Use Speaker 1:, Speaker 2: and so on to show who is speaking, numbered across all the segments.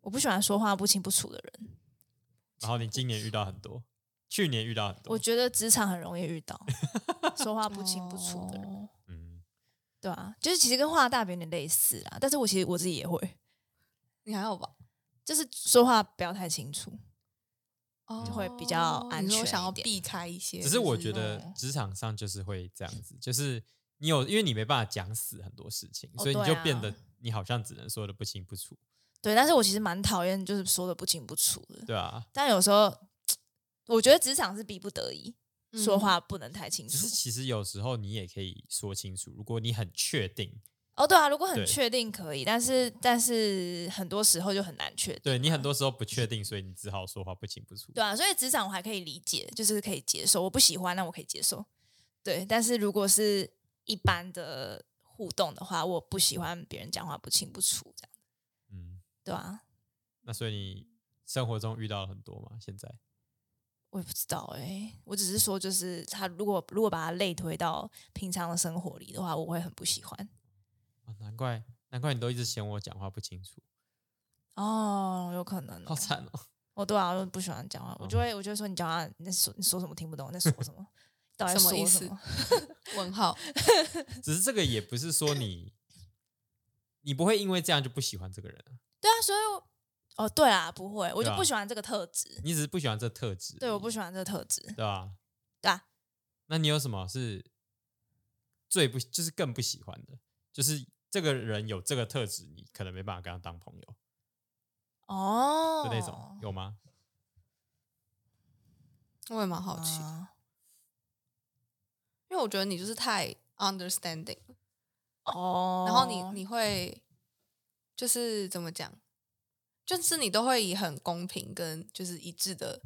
Speaker 1: 我不喜欢说话不清不楚的人，
Speaker 2: 然后你今年遇到很多，去年遇到很
Speaker 1: 我
Speaker 2: 多，
Speaker 1: 觉得职场很容易遇 到说话啊不清不楚的人。
Speaker 3: 人，
Speaker 2: 嗯，
Speaker 1: 对啊，就是其实跟画大饼有点类似啦，但是我其实我自己也会，
Speaker 3: 你还好吧？
Speaker 1: 就是说话不要太清楚。
Speaker 3: 哦
Speaker 1: 就会比较安
Speaker 3: 你说
Speaker 1: 全
Speaker 3: 想
Speaker 1: 一
Speaker 3: 要
Speaker 1: 点
Speaker 3: 避开一些，
Speaker 2: 只是我觉
Speaker 3: 就
Speaker 1: 哦
Speaker 2: 得
Speaker 3: 是
Speaker 2: 职场上就是会这样子，就是你有，因为你没办法讲死很多事情，
Speaker 1: 哦
Speaker 2: 所以你就
Speaker 1: 对啊
Speaker 2: 变得你好像只能说的不清不楚，
Speaker 1: 对，但是我其实蛮讨厌就是说的不清不楚的。
Speaker 2: 对啊。
Speaker 1: 但有时候我觉得职场是逼不得已，
Speaker 3: 嗯
Speaker 1: 说话不能太清
Speaker 2: 只
Speaker 1: 楚
Speaker 2: 是。其实有时候你也可以说清楚，如果你很确定，
Speaker 1: 哦，对啊，如果很
Speaker 2: 对
Speaker 1: 确定可以，但是但是很多时候就很难确定。
Speaker 2: 对你很多时候不确定，所以你只好说话不清不楚。
Speaker 1: 对啊，所以职场我还可以理解，就是可以接受。我不喜欢，那我可以接受。对，但是如果是一般的互动的话，我不喜欢别人讲话不清不楚这样，
Speaker 2: 嗯，
Speaker 1: 对啊，
Speaker 2: 那所以你生活中遇到了很多吗？现在
Speaker 1: 我也不知道哎、我只是说，就是他如果如果把它类推到平常的生活里的话，我会很不喜欢。
Speaker 2: 啊，难怪难怪你都一直嫌我讲话不清楚，
Speaker 1: 哦，有可能、
Speaker 2: 好
Speaker 1: 哦。
Speaker 2: 惨哦。
Speaker 1: 哦，对啊，我不喜欢讲话，我就会我就会说你讲话，你在说你说什么听不懂，你在说什么，到底在
Speaker 3: 什么
Speaker 1: 说
Speaker 3: 意
Speaker 1: 什
Speaker 3: 思
Speaker 1: 么？
Speaker 3: 问号，
Speaker 2: 只是这个也不是说你，你不会因为这样就不喜欢这个人啊，
Speaker 1: 对啊，所以我哦，对啊，不会，我
Speaker 2: 对
Speaker 1: 就
Speaker 2: 啊
Speaker 1: 不喜欢这个特质。
Speaker 2: 你只是不喜欢这特质而已。
Speaker 1: 对，我不喜欢这个特质。
Speaker 2: 对吧？
Speaker 1: 对啊。
Speaker 2: 那你有什么是最不就是更不喜欢的？就是这个人有这个特质，你可能没办法跟他当朋友
Speaker 1: 哦
Speaker 2: 的，那
Speaker 3: 哦
Speaker 2: 种，有吗？
Speaker 3: 我也蛮好奇的，
Speaker 1: 啊
Speaker 3: 因为我觉得你就 是太 understanding，
Speaker 1: 哦，
Speaker 3: 然后你你会就是怎么讲，就是你都会以很公平跟就是一致的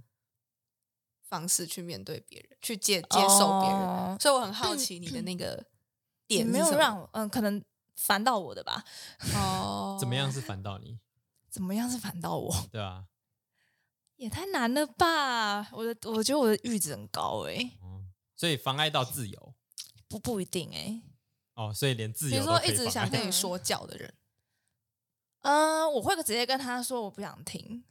Speaker 3: 方式去面对别人，去接接受别人。
Speaker 1: 哦
Speaker 3: 所以我很好奇你的那个
Speaker 1: 你
Speaker 3: 点是
Speaker 1: 没有
Speaker 3: 什么
Speaker 1: 让我嗯，可能烦到我的吧？
Speaker 3: 哦
Speaker 2: 怎么样是烦到你？
Speaker 1: 怎么样是烦到我？
Speaker 2: 对吧？
Speaker 1: 也太难了吧！我的，我觉得我的阈值很高哎、
Speaker 2: 嗯，所以妨碍到自由
Speaker 1: 不不一定哎、
Speaker 2: 哦，所以连自
Speaker 3: 比
Speaker 2: 由
Speaker 3: 如
Speaker 2: 都
Speaker 3: 说
Speaker 2: 可以
Speaker 3: 一直
Speaker 2: 妨
Speaker 3: 想
Speaker 2: 碍
Speaker 3: 跟你说教的人，
Speaker 1: 嗯、我会直接跟他说我不想听，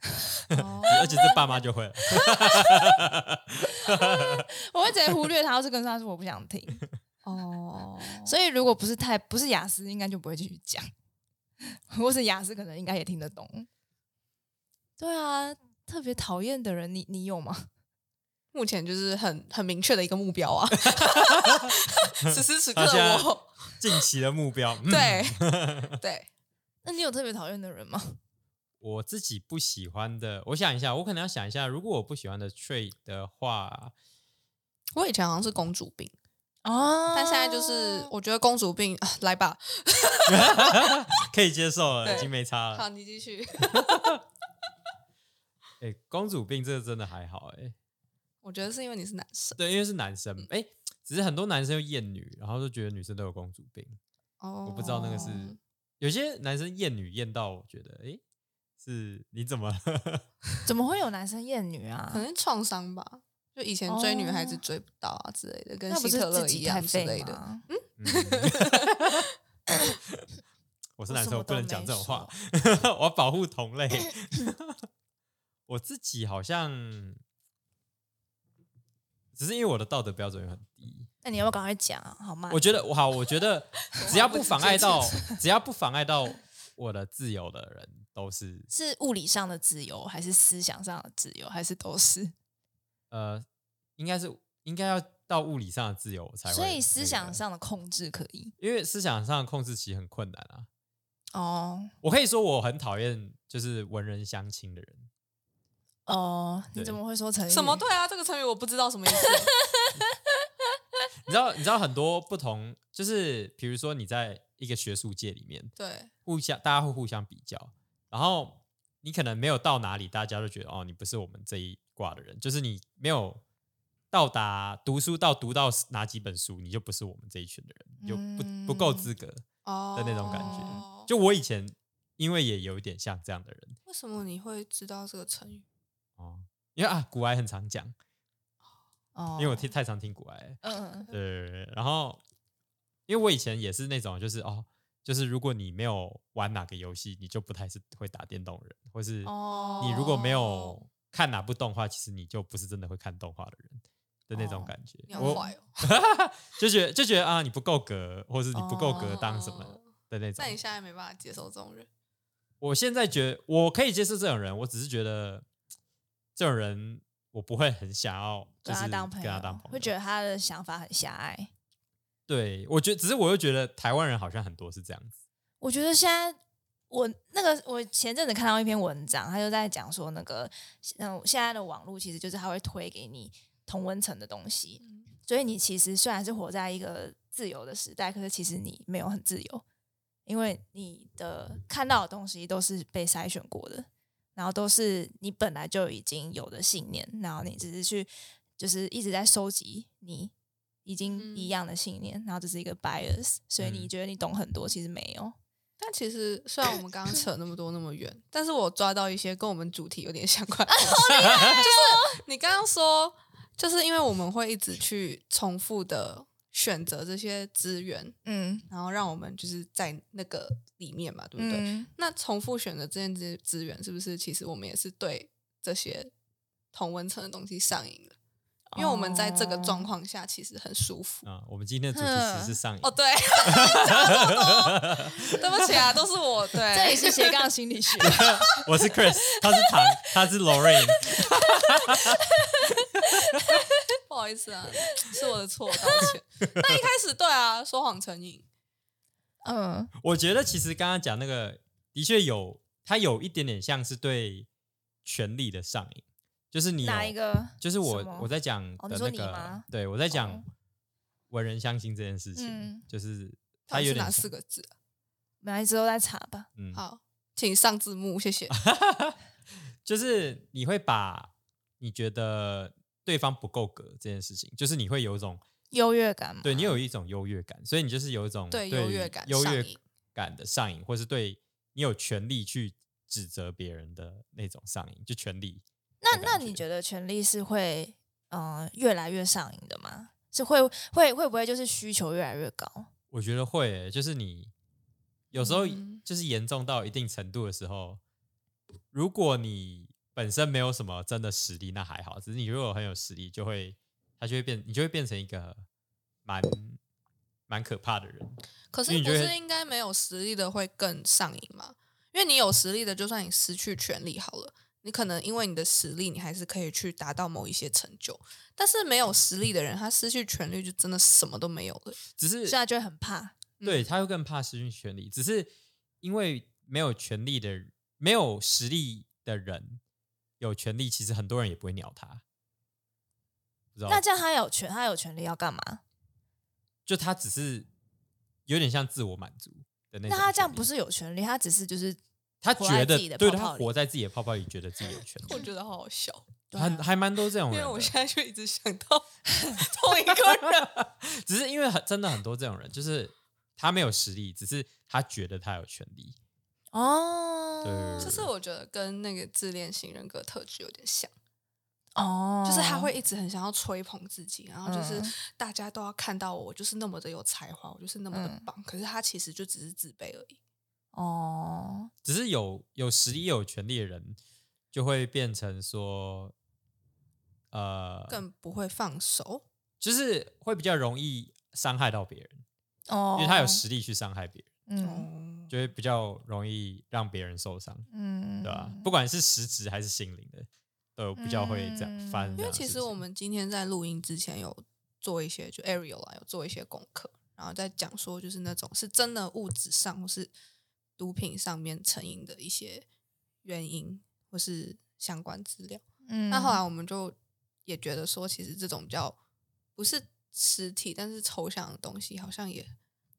Speaker 3: 哦
Speaker 2: 而且这爸妈就会了，
Speaker 1: 我会直接忽略他，或是跟他说我不想听。
Speaker 3: 哦，
Speaker 1: 所以如果不是太不是雅思，应该就不会继续讲， 或是雅思可能应该也听得懂。对啊，特别讨厌的人，你你有吗？
Speaker 3: 目前就是很很明确的一个目标 啊。此时此刻
Speaker 2: 大家
Speaker 3: 我，
Speaker 2: 近期的目标。嗯
Speaker 3: 对对，
Speaker 1: 那你有特别讨厌的人吗？
Speaker 2: 我自己不喜欢的，我想一下，我可能要想一下，如果我不喜欢的 trait 的话，
Speaker 3: 我以前好像是公主病，
Speaker 1: 哦
Speaker 3: 但现在就是我觉得公主病啊来吧，
Speaker 2: 可以接受了，
Speaker 3: 对
Speaker 2: 已经没差了
Speaker 3: 好，。你继续。
Speaker 2: 哎、公主病这个真的还好哎、
Speaker 3: 我觉得是因为你是男生
Speaker 2: 对，因为是男生，哎、只是很多男生又厌女，然后就觉得女生都有公主病。
Speaker 3: 哦，
Speaker 2: 我不知道那个是有些男生厌女厌到，我觉得哎、诶是你怎 么了？
Speaker 1: 怎么会有男生厌女啊
Speaker 3: 可？能创伤吧，就以前追女孩子
Speaker 1: 哦
Speaker 3: 追不到啊之类的，跟
Speaker 1: 那不
Speaker 3: 希
Speaker 1: 是
Speaker 3: 特
Speaker 1: 自
Speaker 3: 勒一
Speaker 1: 己太
Speaker 3: 样之
Speaker 1: 废
Speaker 3: 类的。
Speaker 1: 吗？
Speaker 2: 嗯 我是男
Speaker 1: 什
Speaker 2: 生，
Speaker 1: 么
Speaker 2: 我不
Speaker 1: 都
Speaker 2: 能讲
Speaker 1: 没
Speaker 2: 这种话
Speaker 1: 说。
Speaker 2: 我要保护同类。我自己好像，只是因为我的道德标准也很低。
Speaker 1: 那你要不要赶快讲啊？好慢。
Speaker 2: 我觉得我好，我觉 得只要不妨碍到
Speaker 3: 我不，
Speaker 2: 只要不妨碍到我的自由的人，都是
Speaker 1: 是物理上的自由，还是思想上的自由，还是都是？
Speaker 2: 呃，应该是应该要到物理上的自由我才会那
Speaker 1: 所
Speaker 2: 个。
Speaker 1: 以思想上的控制可以
Speaker 2: 因为思想上的控制其实很困难啊。
Speaker 1: 哦
Speaker 2: 我可以说我很讨厌就是文人相亲的人，
Speaker 1: 哦，你
Speaker 2: 对
Speaker 1: 怎么会说成语
Speaker 3: 什么？对啊，这个成语我不知道什么 意思。
Speaker 2: 你知道你知道很多不同，就是比如说你在一个学术界里面
Speaker 3: 对，
Speaker 2: 互相大家会互相比较，然后你可能没有到哪里，大家就觉得哦你不是我们这一挂的人，就是你没有。到达读书到读到哪几本书，你就不是我们这一群的人，你就不不够资格。
Speaker 3: 哦
Speaker 2: 的那种感觉就我以前因为也有一点像这样的人
Speaker 3: 为什么你会知道这个成语？
Speaker 2: 哦，因为啊，古埃很常讲，
Speaker 1: 哦
Speaker 2: 因为我听太常听古埃了，
Speaker 1: 嗯嗯
Speaker 2: 对对对对然后因为我以前也是那种就是哦，就是如果你没有玩哪个游戏，你就不太是会打电动的人，或是
Speaker 1: 嗯
Speaker 3: 哦
Speaker 2: 你如果没
Speaker 1: 哦
Speaker 2: 有看哪部动画，其实你就不是真的会看动画的人的那种
Speaker 1: 哦
Speaker 2: 感觉。
Speaker 3: 你好
Speaker 2: 我
Speaker 3: 坏哦。
Speaker 2: 就觉得就觉得啊，你不够格，或是你不够格当什么
Speaker 3: 哦
Speaker 2: 的那种
Speaker 3: 那。你现在没办法接受这种人，
Speaker 2: 我现在觉得我可以接受这种人，我只是觉得这种人我不会很想要，就
Speaker 1: 跟
Speaker 2: 是
Speaker 1: 他
Speaker 2: 跟
Speaker 1: 当朋友，
Speaker 2: 他当朋友，
Speaker 1: 会觉得他的想法很狭隘。
Speaker 2: 对我觉得，只是我又觉得台湾人好像很多是这样子，
Speaker 1: 我觉得现在我那个我前阵子看到一篇文章，他就在讲说那个嗯现在的网络其实就是他会推给你同温层的东西，所以你其实虽然是活在一个自由的时代，可是其实你没有很自由，因为你的看到的东西都是被筛选过的，然后都是你本来就已经有的信念，然后你只是去就是一直在收集你已经一
Speaker 3: 嗯
Speaker 1: 样的信念，然后这是一个 bias，所以你
Speaker 2: 嗯
Speaker 1: 觉得你懂很多，其实没有。
Speaker 3: 但其实虽然我们刚刚扯那么多那么远，但是我抓到一些跟我们主题有点相关的东西，
Speaker 1: 哦
Speaker 3: 就是你刚刚说，就是因为我们会一直去重复的选择这些资源，
Speaker 1: 嗯，
Speaker 3: 然后让我们就是在那个里面嘛，对不对？
Speaker 1: 嗯
Speaker 3: 那重复选择这些资资源，是不是其实我们也是对这些同温层的东西上瘾了？因为我们在这个
Speaker 1: 哦
Speaker 3: 状况下其实很舒服。
Speaker 2: 啊、我们今天的主题其实是上瘾
Speaker 3: 哦，，对， 讲了这么多，对不起啊，都是我对。
Speaker 1: 这里是斜杠心理学，
Speaker 2: 我是 Chris，他是唐，他是 Lorraine，
Speaker 3: 不好意思啊，是我的错，道 歉。那一开始对啊，说谎成瘾，
Speaker 1: 嗯，
Speaker 2: 我觉得其实刚刚讲那个的确有，他有一点点像是对权力的上瘾，就是你有
Speaker 1: 哪一个？
Speaker 2: 就是
Speaker 1: 什么
Speaker 2: 我我在讲
Speaker 1: 哦你
Speaker 2: 的那
Speaker 1: 说你
Speaker 2: 个，
Speaker 1: 吗
Speaker 2: 对我在
Speaker 1: 哦
Speaker 2: 讲文人相亲这件事情，
Speaker 1: 嗯
Speaker 2: 就是
Speaker 3: 到
Speaker 2: 他
Speaker 3: 底
Speaker 2: 有
Speaker 3: 是
Speaker 2: 点嗯
Speaker 3: 哪
Speaker 2: 像
Speaker 3: 四个字啊、
Speaker 1: 本来之后再查吧。
Speaker 2: 嗯，
Speaker 3: 好，请上字幕，谢 谢。
Speaker 2: 就是你会把你觉得对方不够格这件事情，就是你会有一种
Speaker 1: 优越感嘛，
Speaker 2: 对你有一种优越感，所以你就是有一种
Speaker 3: 对
Speaker 2: 于
Speaker 3: 优越感
Speaker 2: 优
Speaker 3: 上
Speaker 2: 越
Speaker 3: 瘾
Speaker 2: 感的上瘾，或是对你有权利去指责别人的那种上瘾，就权利。
Speaker 1: 那
Speaker 2: 的
Speaker 1: 那
Speaker 2: 感
Speaker 1: 你
Speaker 2: 觉
Speaker 1: 觉得权力是会呃越来越上瘾的吗？是会会会不会就是需求越来越高？
Speaker 2: 我觉得会欸、就是你有时候
Speaker 3: 嗯
Speaker 2: 就是严重到一定程度的时候，如果你本身没有什么真的实力，那还好；只是你如果很有实力，就会它就会变，你就会变成一个蛮蛮可怕的人。
Speaker 3: 可
Speaker 2: 因
Speaker 3: 是
Speaker 2: 为你
Speaker 3: 不
Speaker 2: 觉得
Speaker 3: 是应该没有实力的会更上瘾吗？因为你有实力的，就算你失去权力好了，你可能因为你的实力，你还是可以去达到某一些成就。但是没有实力的人，他失去权力就真的什么都没有了。
Speaker 2: 只是
Speaker 1: 所以他就会很怕。
Speaker 2: 对，他会更怕失去权利。只是因为没有权利的、没有实力的人有权利，其实很多人也不会鸟他。不知道
Speaker 1: 那这样他有权，他有权利要干嘛？
Speaker 2: 就他只是有点像自我满足的那种权利。
Speaker 1: 那他这样不是有权利，他只是就是
Speaker 2: 他
Speaker 1: 活
Speaker 2: 觉
Speaker 1: 在
Speaker 2: 得
Speaker 1: 自己的
Speaker 2: 对
Speaker 1: 泡
Speaker 2: 他
Speaker 1: 泡里
Speaker 2: 活在自己的泡泡里，觉得自己有权
Speaker 3: 我
Speaker 2: 利。
Speaker 3: 觉得好好笑，
Speaker 1: 对
Speaker 2: 还
Speaker 1: 啊
Speaker 2: 还蛮多这种
Speaker 3: 因
Speaker 2: 人
Speaker 3: 为我现
Speaker 2: 的，
Speaker 3: 在就一直想到同一个人。
Speaker 2: 只是因为很真的很多这种人，就是他没有实力，只是他觉得他有权利。
Speaker 1: 哦，
Speaker 2: 对
Speaker 3: 就是我觉得跟那个自恋型人格特质有点像，
Speaker 1: 哦，
Speaker 3: 就是他会一直很想要吹捧自己，然后就是
Speaker 1: 嗯
Speaker 3: 大家都要看到我，我就是那么的有才华，我就是那么的
Speaker 1: 嗯
Speaker 3: 棒。可是他其实就只是自卑而已。
Speaker 1: 哦，
Speaker 2: 只是有有实力、有权利的人，就会变成说，呃，
Speaker 3: 更不会放手。
Speaker 2: 就是会比较容易伤害到别人，
Speaker 1: 哦，
Speaker 2: 因为他有实力去伤害别人，
Speaker 1: 嗯
Speaker 3: 哦，
Speaker 2: 就会比较容易让别人受伤，
Speaker 1: 嗯，
Speaker 2: 对啊吧、不管是实质还是心灵的，都有比较会这样发生
Speaker 1: 嗯
Speaker 2: 这
Speaker 3: 因为
Speaker 2: 样的事情。
Speaker 3: 其实我们今天在录音之前有做一些，就 Ariel 啊有做一些功课，然后再讲说就是那种是真的物质上或是毒品上面成瘾的一些原因或是相关资料。
Speaker 1: 嗯，
Speaker 3: 那后来我们就也觉得说，其实这种比较不是实体，但是抽象的东西，好像也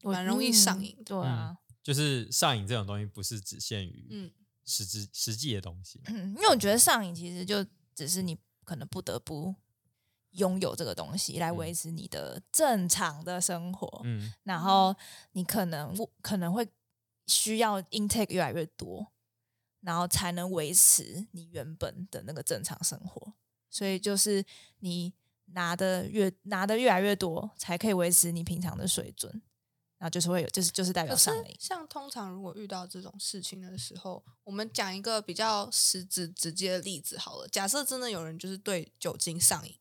Speaker 1: 我
Speaker 3: 蛮容易上
Speaker 1: 嗯
Speaker 3: 瘾的。
Speaker 1: 对啊，
Speaker 2: 就是上瘾这种东西，不是只限于
Speaker 3: 嗯，
Speaker 2: 实质实际的东西，
Speaker 1: 嗯， 因为我觉得上瘾其实就只是你可能不得不拥有这个东西来维持你的正常的生活，
Speaker 2: 嗯，
Speaker 1: 然后你可能可能会需要 intake 越来越多，然后才能维持你原本的那个正常生活。所以就是你拿的越拿的越来越多，才可以维持你平常的水准。然后就是会有，就是就是代表
Speaker 3: 可
Speaker 1: 上
Speaker 3: 是
Speaker 1: 瘾，。
Speaker 3: 像通常如果遇到这种事情的时候，我们讲一个比较实质直接的例子好了。假设真的有人就是对酒精上瘾，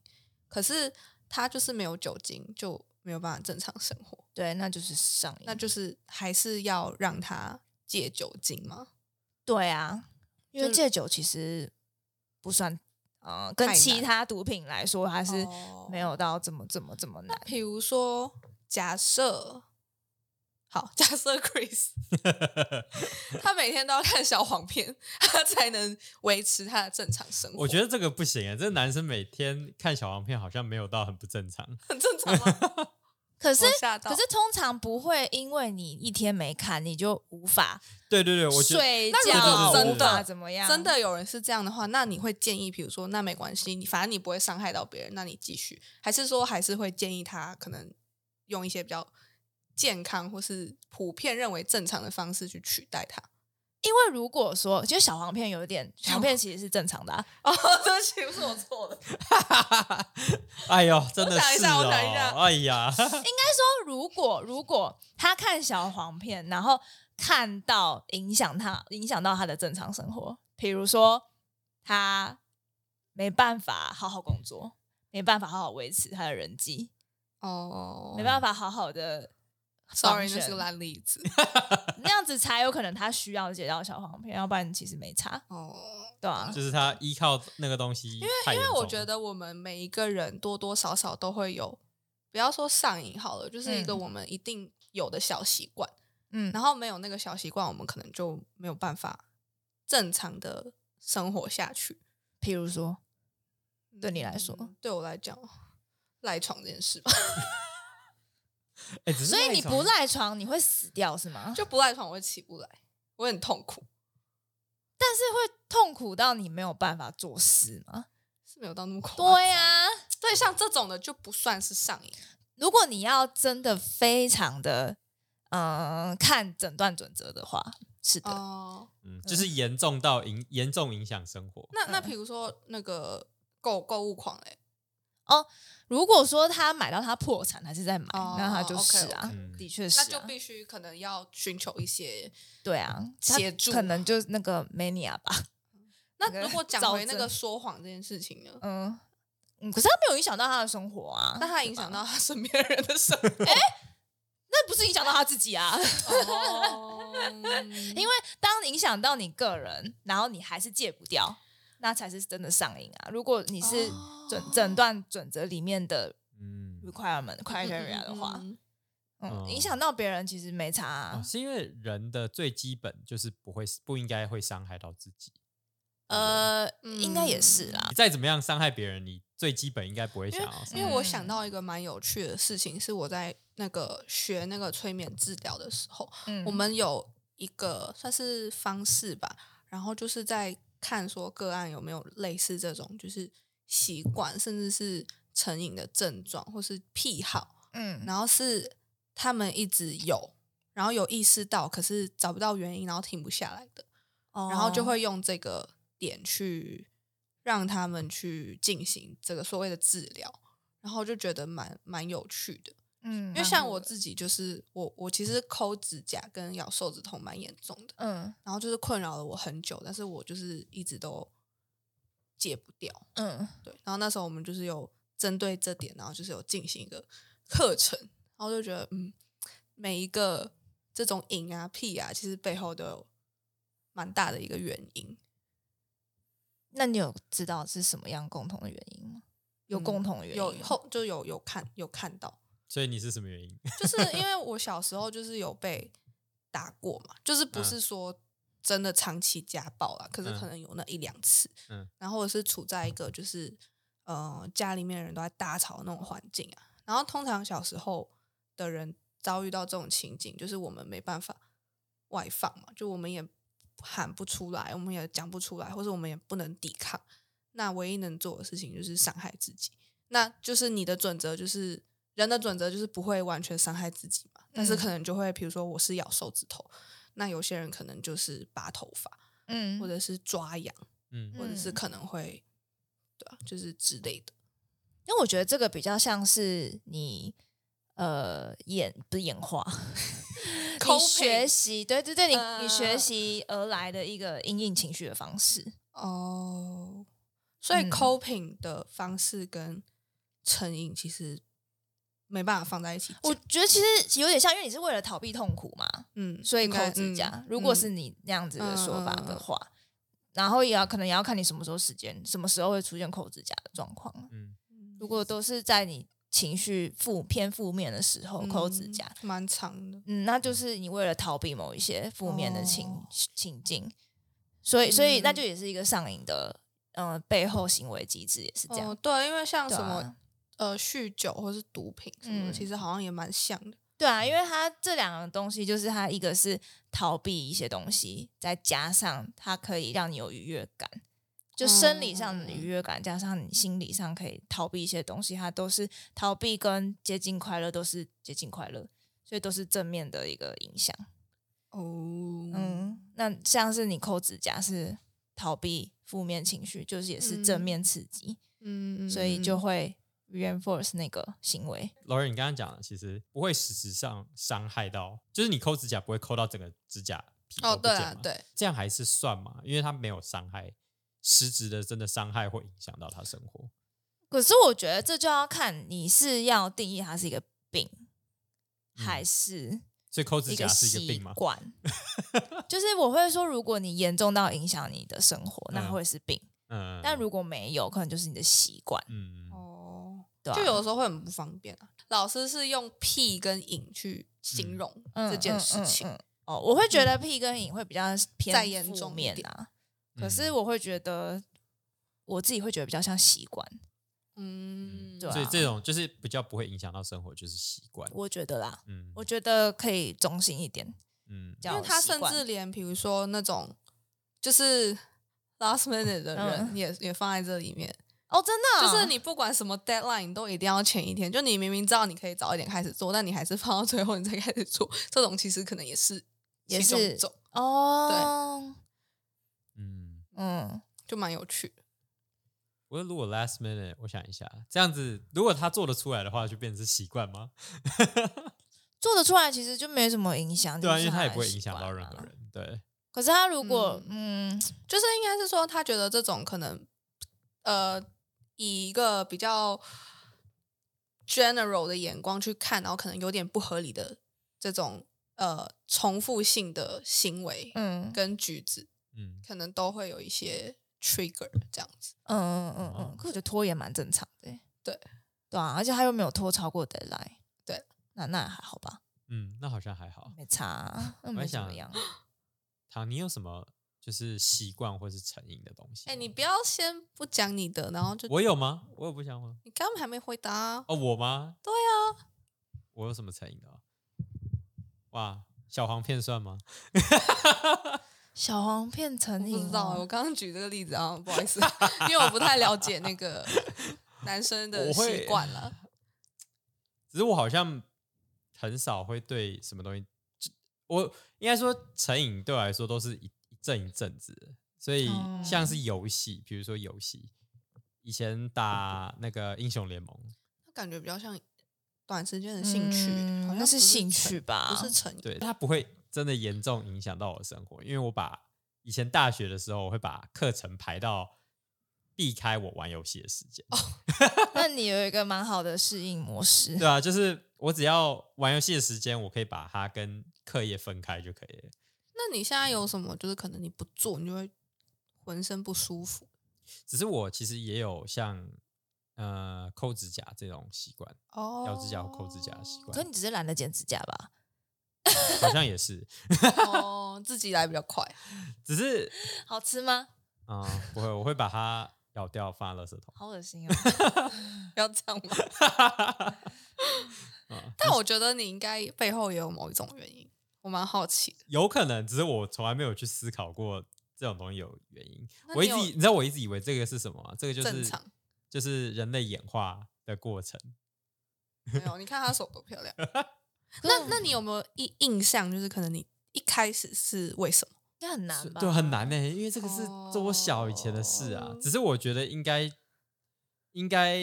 Speaker 3: 可是他就是没有酒精就没有办法正常生活，
Speaker 1: 对，那就是上瘾。
Speaker 3: 那就是还是要让他戒酒精吗？
Speaker 1: 对啊，因为
Speaker 3: 就
Speaker 1: 戒酒其实不算，呃，跟
Speaker 3: 太
Speaker 1: 其
Speaker 3: 难
Speaker 1: 他毒品来说，还是
Speaker 3: 哦
Speaker 1: 没有到这么这么这么难。
Speaker 3: 比如说，假设好，假设 Chris 他每天都要看小黄片，他才能维持他的正常生活。
Speaker 2: 我觉得这个不行啊，这男生每天看小黄片好像没有到很不正常。
Speaker 3: 很正 常吗？
Speaker 1: 可是
Speaker 3: 我吓到。
Speaker 1: 可是通常不会因为你一天没看，你就无法
Speaker 2: 对对 对，我觉得
Speaker 1: 睡
Speaker 3: 那
Speaker 1: 觉
Speaker 3: 如果
Speaker 1: 啊，
Speaker 2: 真
Speaker 1: 无法
Speaker 3: 的
Speaker 1: 怎么样？
Speaker 3: 真的有人是这样的话，那你会建议，比如说，那没关系，你反正你不会伤害到别人，那你继续，还是说还是会建议他可能用一些比较健康或是普遍认为正常的方式去取代他？
Speaker 1: 因为如果说，其实小黄片有一点，小黄片其实是正常的、啊，
Speaker 3: 哦，对不起，不是我错了。
Speaker 2: 哎呦，真的
Speaker 3: 我想一
Speaker 2: 是
Speaker 3: 下
Speaker 2: 哦
Speaker 3: 我想一下，
Speaker 2: 哎呀，
Speaker 1: 说如果如果他看小黄片，然后看到影响他影响到他的正常生活，比如说他没办法好好工作，没办法好好维持他的人际，
Speaker 3: 哦，
Speaker 1: 没办法好好的
Speaker 3: Sorry，
Speaker 1: function
Speaker 3: 那是个烂例子。
Speaker 1: 那样子才有可能他需要戒掉小黄片，要不然其实没差，
Speaker 3: 哦，
Speaker 1: 对啊，
Speaker 2: 就是他依靠那个东西太严重了，
Speaker 3: 因
Speaker 2: 因
Speaker 3: 为我觉得我们每一个人多多少少都会有，不要说上瘾好了，就是一个
Speaker 1: 嗯
Speaker 3: 我们一定有的小习惯。
Speaker 1: 嗯，
Speaker 3: 然后没有那个小习惯，我们可能就没有办法正常的生活下去。
Speaker 1: 比如说对你来说
Speaker 3: 嗯对我来讲，赖床这件事吧，
Speaker 2: 哎，只是
Speaker 1: 所以
Speaker 2: 赖
Speaker 1: 你
Speaker 2: 床
Speaker 1: 不赖床，你会死掉是吗？
Speaker 3: 就不赖床我会起不来，我会很痛苦，
Speaker 1: 但是会痛苦到你没有办法做事吗？
Speaker 3: 是没有到那么夸张。
Speaker 1: 对啊呀、
Speaker 3: 对，像这种的就不算是上瘾。
Speaker 1: 如果你要真的非常的嗯、呃看诊断准则的话，是的，
Speaker 3: 哦、
Speaker 2: 嗯，就是严重到影严重影响生活。
Speaker 3: 那那比如说那个购购物狂欸嘞、
Speaker 1: 如果说他买到他破产还是在买，
Speaker 3: 哦
Speaker 1: 那他就是啊
Speaker 3: OK，OK
Speaker 2: 嗯
Speaker 1: 的确是、
Speaker 3: 那
Speaker 1: 啊，
Speaker 3: 就必须可能要寻求一些。
Speaker 1: 对啊，他
Speaker 3: 协助
Speaker 1: 可能就是那个 mania 吧，那
Speaker 3: 那
Speaker 1: 个
Speaker 3: 如果讲
Speaker 1: 造
Speaker 3: 回那个
Speaker 1: 成
Speaker 3: 说谎这件事情呢？
Speaker 1: 嗯。嗯，可是他没有影响到他的生活啊，
Speaker 3: 那他影响到他身边人的生活。
Speaker 1: 那不是影响到他自己啊？
Speaker 3: 哦
Speaker 1: 因为当影响到你个人，然后你还是戒不掉，那才是真的上瘾啊！如果你是诊
Speaker 3: 哦
Speaker 1: 诊断准则里面的
Speaker 2: 嗯，
Speaker 1: requirement
Speaker 3: 嗯
Speaker 1: criteria 的话，
Speaker 3: 嗯嗯
Speaker 1: 嗯，
Speaker 2: 嗯
Speaker 1: 影响到别人其实没差
Speaker 2: 哦
Speaker 1: 啊。
Speaker 2: 是因为人的最基本就是不会不应该会伤害到自己，
Speaker 1: 呃，
Speaker 3: 嗯
Speaker 1: 应该也是啦。
Speaker 2: 你再怎么样伤害别人，你最基本应该不会想要伤害。
Speaker 3: 因为
Speaker 1: 嗯
Speaker 3: 我想到一个蛮有趣的事情，是我在那个学那个催眠治疗的时候，
Speaker 1: 嗯，
Speaker 3: 我们有一个算是方式吧，然后就是在看说个案有没有类似这种就是习惯，甚至是成瘾的症状或是癖好，
Speaker 1: 嗯
Speaker 3: 然后是他们一直有，然后有意识到，可是找不到原因，然后停不下来的。然后就会用这个点去让他们去进行这个所谓的治疗，然后就觉得蛮蛮有趣的。
Speaker 1: 嗯，
Speaker 3: 因为像我自己就是我我其实抠指甲跟咬手指头蛮严重的，
Speaker 1: 嗯
Speaker 3: 然后就是困扰了我很久，但是我就是一直都戒不掉。
Speaker 1: 嗯
Speaker 3: 对，然后那时候我们就是有针对这点，然后就是有进行一个课程，然后就觉得嗯，每一个这种瘾啊、癖啊，其实背后都有蛮大的一个原因。
Speaker 1: 那你有知道是什么样共同的原因吗？有
Speaker 3: 嗯
Speaker 1: 共同的原因
Speaker 3: 有
Speaker 1: 吗，
Speaker 3: 后就有有看有看到，
Speaker 2: 所以你是什么原因？
Speaker 3: 就是因为我小时候就是有被打过嘛，就是不
Speaker 2: 嗯
Speaker 3: 是说真的长期家暴啦，可是
Speaker 2: 嗯
Speaker 3: 可能有那一两次，
Speaker 2: 嗯，
Speaker 3: 然后我是处在一个就是呃家里面人都在大吵的那种环境啊，然后通常小时候的人遭遇到这种情景，就是我们没办法外放嘛，就我们也喊不出来，我们也讲不出来，或者我们也不能抵抗，那唯一能做的事情就是伤害自己。那就是你的准则，就是人的准则，就是不会完全伤害自己嘛。但
Speaker 1: 嗯
Speaker 3: 是可能就会，比如说我是咬手指头，那有些人可能就是拔头发，
Speaker 1: 嗯
Speaker 3: 或者是抓痒，
Speaker 2: 嗯，
Speaker 3: 或者是
Speaker 1: 嗯
Speaker 3: 可能会，对啊，就是之类的。
Speaker 1: 因为我觉得这个比较像是你呃演不是演化， 你
Speaker 3: Coping
Speaker 1: 学习对对对，你、你学
Speaker 3: 呃
Speaker 1: 习而来的一个因应情绪的方式。
Speaker 3: 哦，所以
Speaker 1: 嗯
Speaker 3: coping 的方式跟成瘾其实没办法放在一起讲。
Speaker 1: 我觉得其实有点像，因为你是为了逃避痛苦嘛，
Speaker 3: 嗯，
Speaker 1: 所以
Speaker 3: 应该
Speaker 1: 扣指甲。
Speaker 3: 嗯
Speaker 1: 如果
Speaker 3: 嗯
Speaker 1: 是你那样子的说法
Speaker 3: 嗯嗯嗯
Speaker 1: 的
Speaker 3: 嗯
Speaker 1: 话，然后也要可能也要看你什么时候时间，什么时候会出现扣指甲的状况啊。
Speaker 2: 嗯，
Speaker 1: 如果都是在你情绪负偏负面的时候扣指甲，
Speaker 3: 嗯蛮长的，
Speaker 1: 嗯，那就是你为了逃避某一些负面的情、
Speaker 3: 哦
Speaker 1: 情境，所以所以
Speaker 3: 嗯
Speaker 1: 那就也是一个上瘾的，呃，背后行为机制也是这样。
Speaker 3: 哦，对，因为像
Speaker 1: 对
Speaker 3: 什么、
Speaker 1: 啊
Speaker 3: 呃酗酒或是毒品什么
Speaker 1: 嗯
Speaker 3: 的，其实好像也蛮像的。
Speaker 1: 对啊，因为它这两个东西，就是它一个是逃避一些东西，再加上它可以让你有愉悦感，就生理上
Speaker 3: 嗯
Speaker 1: 的愉悦感，加上你心理上可以逃避一些东西，它都是逃避跟接近快乐都是接近快乐，所以都是正面的一个影响。
Speaker 3: 哦，嗯，
Speaker 1: 嗯，那像是你抠指甲是逃避负面情绪，就是也是正面刺激，
Speaker 3: 嗯
Speaker 1: 所以
Speaker 3: 嗯
Speaker 1: 就会 reinforce 那个行为。
Speaker 2: 老人，你刚刚讲的其实不会实质上伤害到，就是你抠指甲不会抠到整个指甲皮都
Speaker 3: 哦，
Speaker 2: 不
Speaker 3: 对
Speaker 2: 见
Speaker 3: 啊
Speaker 2: 嘛，
Speaker 3: 对，
Speaker 2: 这样还是算嘛，因为他没有伤害，实质的真的伤害会影响到他生活。
Speaker 1: 可是我觉得这就要看你是要定义它是一个病，
Speaker 2: 嗯
Speaker 1: 还是
Speaker 2: 所以抠指
Speaker 1: 一
Speaker 2: 甲是一个
Speaker 1: 习
Speaker 2: 病吗？
Speaker 1: 惯。就是我会说，如果你严重到影响你的生活，那
Speaker 2: 嗯
Speaker 1: 会是病；
Speaker 2: 嗯，
Speaker 1: 但如果没有，可能就是你的习惯，
Speaker 2: 嗯，
Speaker 3: 哦，
Speaker 1: 对、啊、
Speaker 3: 就有的时候会很不方便啊。老师是用屁跟瘾去形
Speaker 2: 嗯
Speaker 3: 容
Speaker 1: 嗯
Speaker 3: 这件事情，
Speaker 1: 嗯嗯嗯哦，我会觉得屁跟瘾会比较偏
Speaker 3: 再严重
Speaker 1: 负
Speaker 3: 一
Speaker 1: 面
Speaker 3: 点
Speaker 1: 啊，
Speaker 2: 嗯
Speaker 1: 可是我会觉得我自己会觉得比较像习惯，
Speaker 3: 嗯，
Speaker 1: 对啊
Speaker 2: 所以这种就是比较不会影响到生活，就是习惯。
Speaker 1: 我觉得啦，
Speaker 2: 嗯，
Speaker 1: 我觉得可以中性一点，
Speaker 2: 嗯
Speaker 1: 叫
Speaker 3: 因为他
Speaker 1: 习
Speaker 3: 甚
Speaker 1: 惯
Speaker 3: 至连比如说那种就是 last minute 的人
Speaker 1: 嗯
Speaker 3: 也、也放在这里面，
Speaker 1: 哦，真的啊、
Speaker 3: 就是你不管什么 deadline，你都一定要前一天。就你明明知道你可以早一点开始做，但你还是放到最后你才开始做，这种其实可能也是
Speaker 1: 也
Speaker 3: 其中
Speaker 1: 是
Speaker 3: 一种，
Speaker 1: 哦，
Speaker 2: 嗯，
Speaker 1: 对，嗯，
Speaker 3: 就蛮有趣的。
Speaker 2: 我如果 last minute，我想一下，这样子如果他做得出来的话，就变成是习惯吗？
Speaker 1: 做得出来其实就没什么影响，
Speaker 2: 对啊，
Speaker 1: 就
Speaker 2: 因
Speaker 1: 是
Speaker 2: 为他也
Speaker 1: 的
Speaker 2: 不会
Speaker 1: 习
Speaker 2: 影响到
Speaker 1: 惯
Speaker 2: 任
Speaker 1: 嘛
Speaker 3: 啊
Speaker 2: 何。人。对，
Speaker 1: 可是他如果嗯
Speaker 3: 就是应该是说，他觉得这种可能，呃，以一个比较 general 的眼光去看，然后可能有点不合理的这种呃重复性的行为
Speaker 1: 嗯嗯
Speaker 3: 跟举止，
Speaker 2: 嗯，
Speaker 3: 可能都会有一些 trigger 这样子。
Speaker 1: 嗯
Speaker 2: 哦
Speaker 1: 嗯嗯，可我觉得拖也蛮正常的欸，
Speaker 3: 对
Speaker 1: 对啊，而且他又没有拖超过 deadline，
Speaker 3: 对，
Speaker 1: 那那还好吧，
Speaker 2: 嗯，那好像还好。
Speaker 1: 没差啊，那没
Speaker 2: 还
Speaker 1: 怎么
Speaker 2: 想
Speaker 1: 样。
Speaker 2: 唐，你有什么就是习惯或是成瘾的东西吗？
Speaker 3: 哎、你不要先不讲你的，然后就
Speaker 2: 我有吗？我有不想吗？
Speaker 3: 你刚刚还没回答啊、
Speaker 2: 哦，我吗？
Speaker 3: 对啊，
Speaker 2: 我有什么成瘾的啊？哇，小黄片算吗？
Speaker 1: 小黄片
Speaker 3: 我
Speaker 1: 成
Speaker 3: 不
Speaker 1: 瘾
Speaker 3: 知道，啊
Speaker 1: 哦
Speaker 3: 我刚刚举这个例子啊，不好意思， 因为我不太了解那个男生的
Speaker 2: 我会
Speaker 3: 习惯了。
Speaker 2: 只是我好像很少会对什么东西，就我应该说成瘾对我来说都是一一阵一阵子的，所以
Speaker 1: 哦
Speaker 2: 像是游戏，比如说游戏，以前打
Speaker 3: 嗯
Speaker 2: 那个英雄联盟，
Speaker 3: 感觉比较像短时间的兴趣，
Speaker 1: 嗯
Speaker 3: 好像
Speaker 1: 那
Speaker 3: 不
Speaker 1: 是
Speaker 3: 是
Speaker 1: 兴
Speaker 3: 成
Speaker 1: 趣，吧？
Speaker 3: 不 是成瘾。
Speaker 2: 对它不会真的严重影响到我的生活，因为我把以前大学的时候，我会把课程排到避开我玩游戏的时间，
Speaker 3: 哦
Speaker 1: 那你有一个蛮好的适应模式，
Speaker 2: 对啊，就是我只要玩游戏的时间，我可以把它跟课业分开就可以了。
Speaker 3: 那你现在有什么？就是可能你不做，你就会浑身不舒服
Speaker 2: 只是我其实也有像呃抠指甲这种习惯，
Speaker 3: 哦
Speaker 2: 咬指甲或抠指甲的习
Speaker 1: 可
Speaker 2: 惯，
Speaker 1: 你只是懒得剪指甲 吧？
Speaker 2: 好像也是，
Speaker 3: 哦，自己来比较快。
Speaker 2: 只是
Speaker 1: 好吃吗？
Speaker 2: 啊、呃不会，我会把它咬掉放在垃圾桶。
Speaker 1: 好恶心哦！
Speaker 3: 不 要这样嘛！
Speaker 2: 啊
Speaker 3: 但我觉得你应该背后也有某一种原因，我蛮好奇的。
Speaker 2: 有可能，只是我从来没有去思考过这种东西有原因。
Speaker 3: 那
Speaker 2: 我一
Speaker 3: 你
Speaker 2: 直
Speaker 3: 有
Speaker 2: 以你知道我一直以为这个是什么吗？这个就
Speaker 3: 正
Speaker 2: 是
Speaker 3: 常
Speaker 2: 就是人类演化的过程。
Speaker 3: 没有？你看她手多漂 亮。那那你有没有印印象？就是可能你一开始是为什么？
Speaker 1: 这很难
Speaker 2: 是
Speaker 1: 吧？
Speaker 2: 对，啊很难呢、欸因为这个是这我小以前的事啊。
Speaker 3: 哦
Speaker 2: 只是我觉得应该应该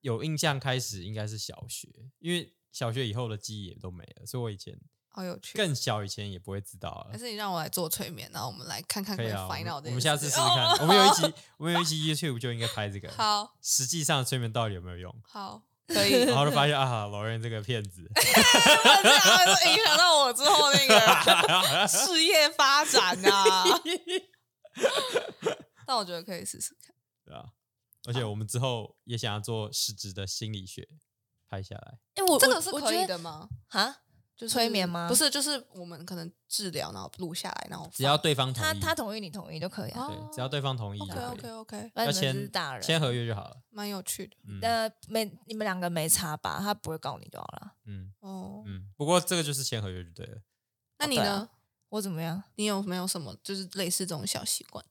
Speaker 2: 有印象，开始应该是小学，因为小学以后的记忆也都没了，所以我以前
Speaker 3: 好有趣。
Speaker 2: 更小以前也不会知道了
Speaker 3: 还。是你让我来做催眠，然后我们来看看
Speaker 2: 可
Speaker 3: 以
Speaker 2: 以啊，我
Speaker 3: find
Speaker 2: 们
Speaker 3: out 这
Speaker 2: 我们
Speaker 3: 件
Speaker 2: 下次
Speaker 3: 事
Speaker 2: 试
Speaker 3: 情
Speaker 2: 试看。
Speaker 3: 哦
Speaker 2: 我们有一 集，我们有一集 YouTube 就应该拍这个。
Speaker 3: 好
Speaker 2: 实际上催眠到底有没有 用？
Speaker 3: 好 可以。
Speaker 2: 然后就发现啊，老人这个骗子，
Speaker 3: 这样会影响到我之后那个事业发展 啊。但我觉得可以试试看。
Speaker 2: 对啊。而且我们之后也想要做实质的心理学，拍下来。
Speaker 1: 哎，我
Speaker 3: 这个是
Speaker 1: 我
Speaker 3: 可以
Speaker 1: 我觉得
Speaker 3: 的吗？
Speaker 1: 啊。
Speaker 3: 就是
Speaker 1: 催眠吗
Speaker 3: 不是，就是我们可能治疗，然后录下来，然后
Speaker 2: 只要对方同
Speaker 1: 他
Speaker 2: 意，
Speaker 1: 他同意你同意就可以啊，
Speaker 3: 哦
Speaker 2: 对，只要对方同意就
Speaker 3: OK
Speaker 2: 可
Speaker 3: OK
Speaker 2: 以。
Speaker 3: OK，
Speaker 1: 反
Speaker 2: 要
Speaker 1: 正你们就是
Speaker 2: 签
Speaker 1: 大人。
Speaker 2: 签合约就好了。
Speaker 3: 蛮有趣的
Speaker 2: 嗯
Speaker 1: 呃，没你们两个没差吧？他不会告你就好了。
Speaker 2: 嗯
Speaker 3: 哦。
Speaker 2: 嗯。不过这个就是签合约就对了。
Speaker 3: 那你
Speaker 1: 对
Speaker 3: 呢
Speaker 1: 啊？我怎么样？
Speaker 3: 你有没有什么就是类似这种小习惯？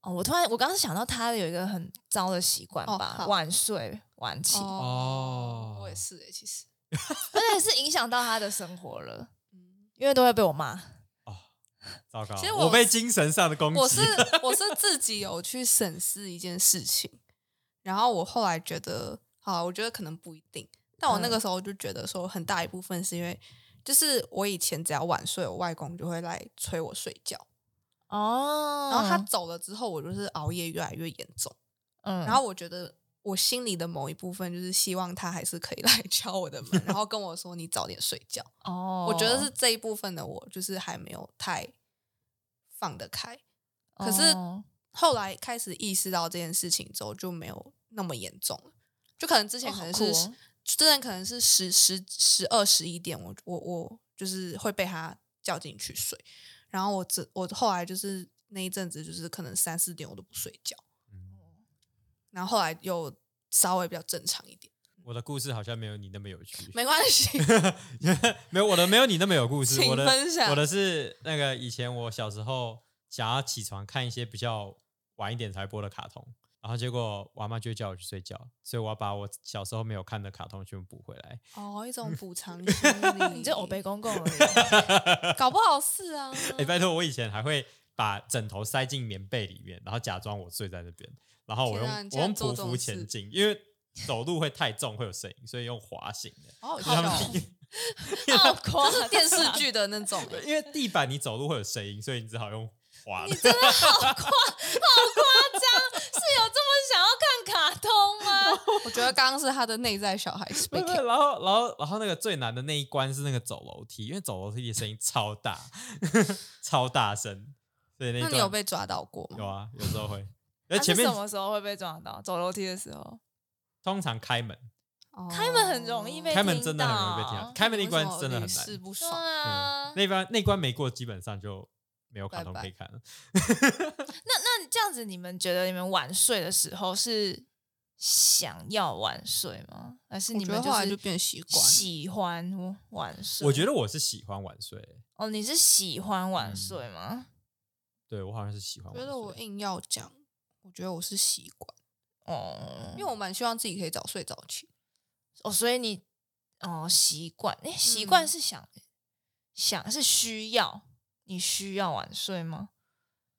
Speaker 1: 哦，我突然我刚刚想到他有一个很糟的习惯
Speaker 3: 哦
Speaker 1: 吧，
Speaker 3: 好
Speaker 1: 晚睡晚起，
Speaker 2: 哦
Speaker 3: 我也是诶，其实，
Speaker 1: 而且是影响到他的生活了，
Speaker 3: 嗯，
Speaker 1: 因为都会被我骂。
Speaker 2: 哦糟糕，
Speaker 3: 其实
Speaker 2: 我
Speaker 3: 我
Speaker 2: 被精神上的攻击。
Speaker 3: 我是我是自己有去审视一件事情，然后我后来觉得，好，我觉得可能不一定，但我那
Speaker 1: 嗯
Speaker 3: 个时候就觉得说，很大一部分是因为，就是我以前只要晚睡，我外公就会来催我睡觉，
Speaker 1: 哦
Speaker 3: 然后他走了之后，我就是熬夜越来越严重，
Speaker 1: 嗯，
Speaker 3: 然后我觉得。我心里的某一部分就是希望他还是可以 来敲我的门，然后跟我说你早点睡觉。
Speaker 1: 哦，
Speaker 3: 我觉得是这一部分的我，就是还没有太放得开。可是
Speaker 1: 哦
Speaker 3: 后来开始意识到这件事情之后，就没有那么严重了。就可能之前
Speaker 1: 哦
Speaker 3: 可
Speaker 1: 好
Speaker 3: 能
Speaker 1: 酷
Speaker 3: 是
Speaker 1: 哦
Speaker 3: 之前可能是十十十二十一点，我我我就是会被他叫进去睡，然后我只我后来就是那一阵子就是可能三四点我都不睡觉，
Speaker 2: 嗯
Speaker 3: 然后后来又稍微比较正常一点，
Speaker 2: 我的故事好像没有你那么有 趣。
Speaker 3: 没关 系。
Speaker 2: 没有我的没有你那么有故事，
Speaker 3: 请
Speaker 2: 我的
Speaker 3: 分享
Speaker 2: 我的是那个以前我小时候想要起床看一些比较晚一点才播的卡通，然后结果我阿妈就会叫我去睡觉，所以我要把我小时候没有看的卡通全部补回来。
Speaker 3: 哦，一种补偿心理，
Speaker 1: 你就欧北公公 而已。哦
Speaker 3: 搞不好是啊。
Speaker 2: 哎、拜托，我以前还会把枕头塞进棉被里面，然后假装我睡在那边，然后我
Speaker 3: 天
Speaker 2: 用
Speaker 3: 啊你
Speaker 2: 我
Speaker 3: 竟然
Speaker 2: 用
Speaker 3: 做
Speaker 2: 匍
Speaker 3: 这种
Speaker 2: 匐前
Speaker 3: 事
Speaker 2: 进，因为走路会太重，会有声音，所以用滑行的。
Speaker 3: 好好
Speaker 2: 他
Speaker 3: 笑
Speaker 2: 们
Speaker 3: 哦，
Speaker 1: 好夸
Speaker 3: 就是电视剧的那种、欸
Speaker 2: 因为地板你走路会有声音，所以你只好用滑的。
Speaker 1: 是有这么想要看卡通吗？
Speaker 3: 我觉得刚刚是他的内在小孩
Speaker 2: 不不，
Speaker 3: speaking。
Speaker 2: 然后然后然后那个最难的那一关是那个走楼梯，因为走楼梯的声音超大， 超大声，所以那一
Speaker 3: 那
Speaker 2: 段
Speaker 3: 你有被抓到过吗？
Speaker 2: 有啊，有时候 会。
Speaker 1: 那
Speaker 2: 那哎前面
Speaker 1: 什么时候会被撞到？走楼梯的时候，
Speaker 2: 通常开门，
Speaker 3: 哦
Speaker 1: 开门很容易被
Speaker 2: 开门真的很容易被
Speaker 1: 听
Speaker 2: 听
Speaker 1: 到
Speaker 2: 到，开门那一关真的很
Speaker 3: 啊为什么屡试
Speaker 2: 难。
Speaker 3: 不
Speaker 1: 对
Speaker 3: 爽。
Speaker 1: 啊
Speaker 2: 嗯，，那一关那一关没过，基本上就没有卡通
Speaker 3: 拜拜
Speaker 2: 可以看了。
Speaker 1: 那那这样子，你们觉得你们晚睡的时候是想要晚睡吗？还是
Speaker 3: 我
Speaker 1: 你
Speaker 3: 觉
Speaker 1: 们
Speaker 3: 得后来
Speaker 1: 是
Speaker 3: 就变习惯。
Speaker 1: 喜欢晚睡？
Speaker 2: 我觉得我是喜欢晚睡，
Speaker 1: 哦，你是喜欢晚
Speaker 2: 嗯
Speaker 1: 睡吗？
Speaker 2: 对我好像是喜欢
Speaker 3: 我
Speaker 2: 晚睡。
Speaker 3: 觉得我硬要讲，我觉得我是习惯，
Speaker 1: 哦，
Speaker 3: 嗯因为我蛮希望自己可以早睡早起。
Speaker 1: 哦，所以你哦习惯，哎，习惯
Speaker 3: 嗯
Speaker 1: 是想、想是需要，你需要晚睡吗？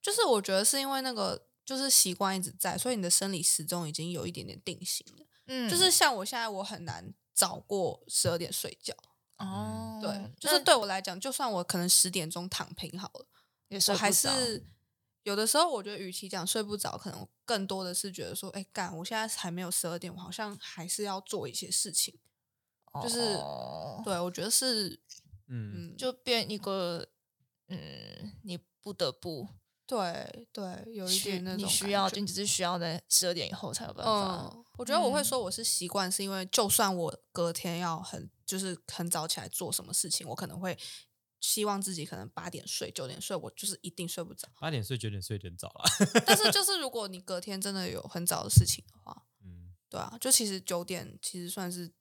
Speaker 3: 就是我觉得是因为那个就是习惯一直在，所以你的生理时钟已经有一点点定型了。
Speaker 1: 嗯
Speaker 3: 就是像我现在，我很难早过十二点睡觉。
Speaker 1: 哦，
Speaker 3: 嗯对，就是
Speaker 1: 那
Speaker 3: 对我来讲，就算我可能十点钟躺平好了。
Speaker 1: 也睡
Speaker 3: 我
Speaker 1: 不
Speaker 3: 还
Speaker 1: 着
Speaker 3: 是有的时候，我觉得与其讲睡不着，可能更多的是觉得说，哎、干，我现在还没有十二点，我好像还是要做一些事情。就是
Speaker 1: 哦
Speaker 3: 对，我觉得是，
Speaker 2: 嗯，
Speaker 3: 嗯，就
Speaker 1: 就变一个嗯，你不得不
Speaker 3: 对对，有一
Speaker 1: 需
Speaker 3: 点那种
Speaker 1: 你需
Speaker 3: 感
Speaker 1: 要，
Speaker 3: 觉
Speaker 1: 就你只是需要在十二点以后才有办法。
Speaker 3: 嗯，我觉得我会
Speaker 1: 嗯
Speaker 3: 说我是习惯，是因为就算我隔天要很就是很早起来做什么事情，我可能会希望自己可能八点睡、九点睡，我就是一定睡不着。
Speaker 2: 八点睡九点睡有点早了。
Speaker 3: 但是就是如果你隔天真的有很早的事情的话，
Speaker 2: 嗯，
Speaker 3: 对啊，就其实九点其实算是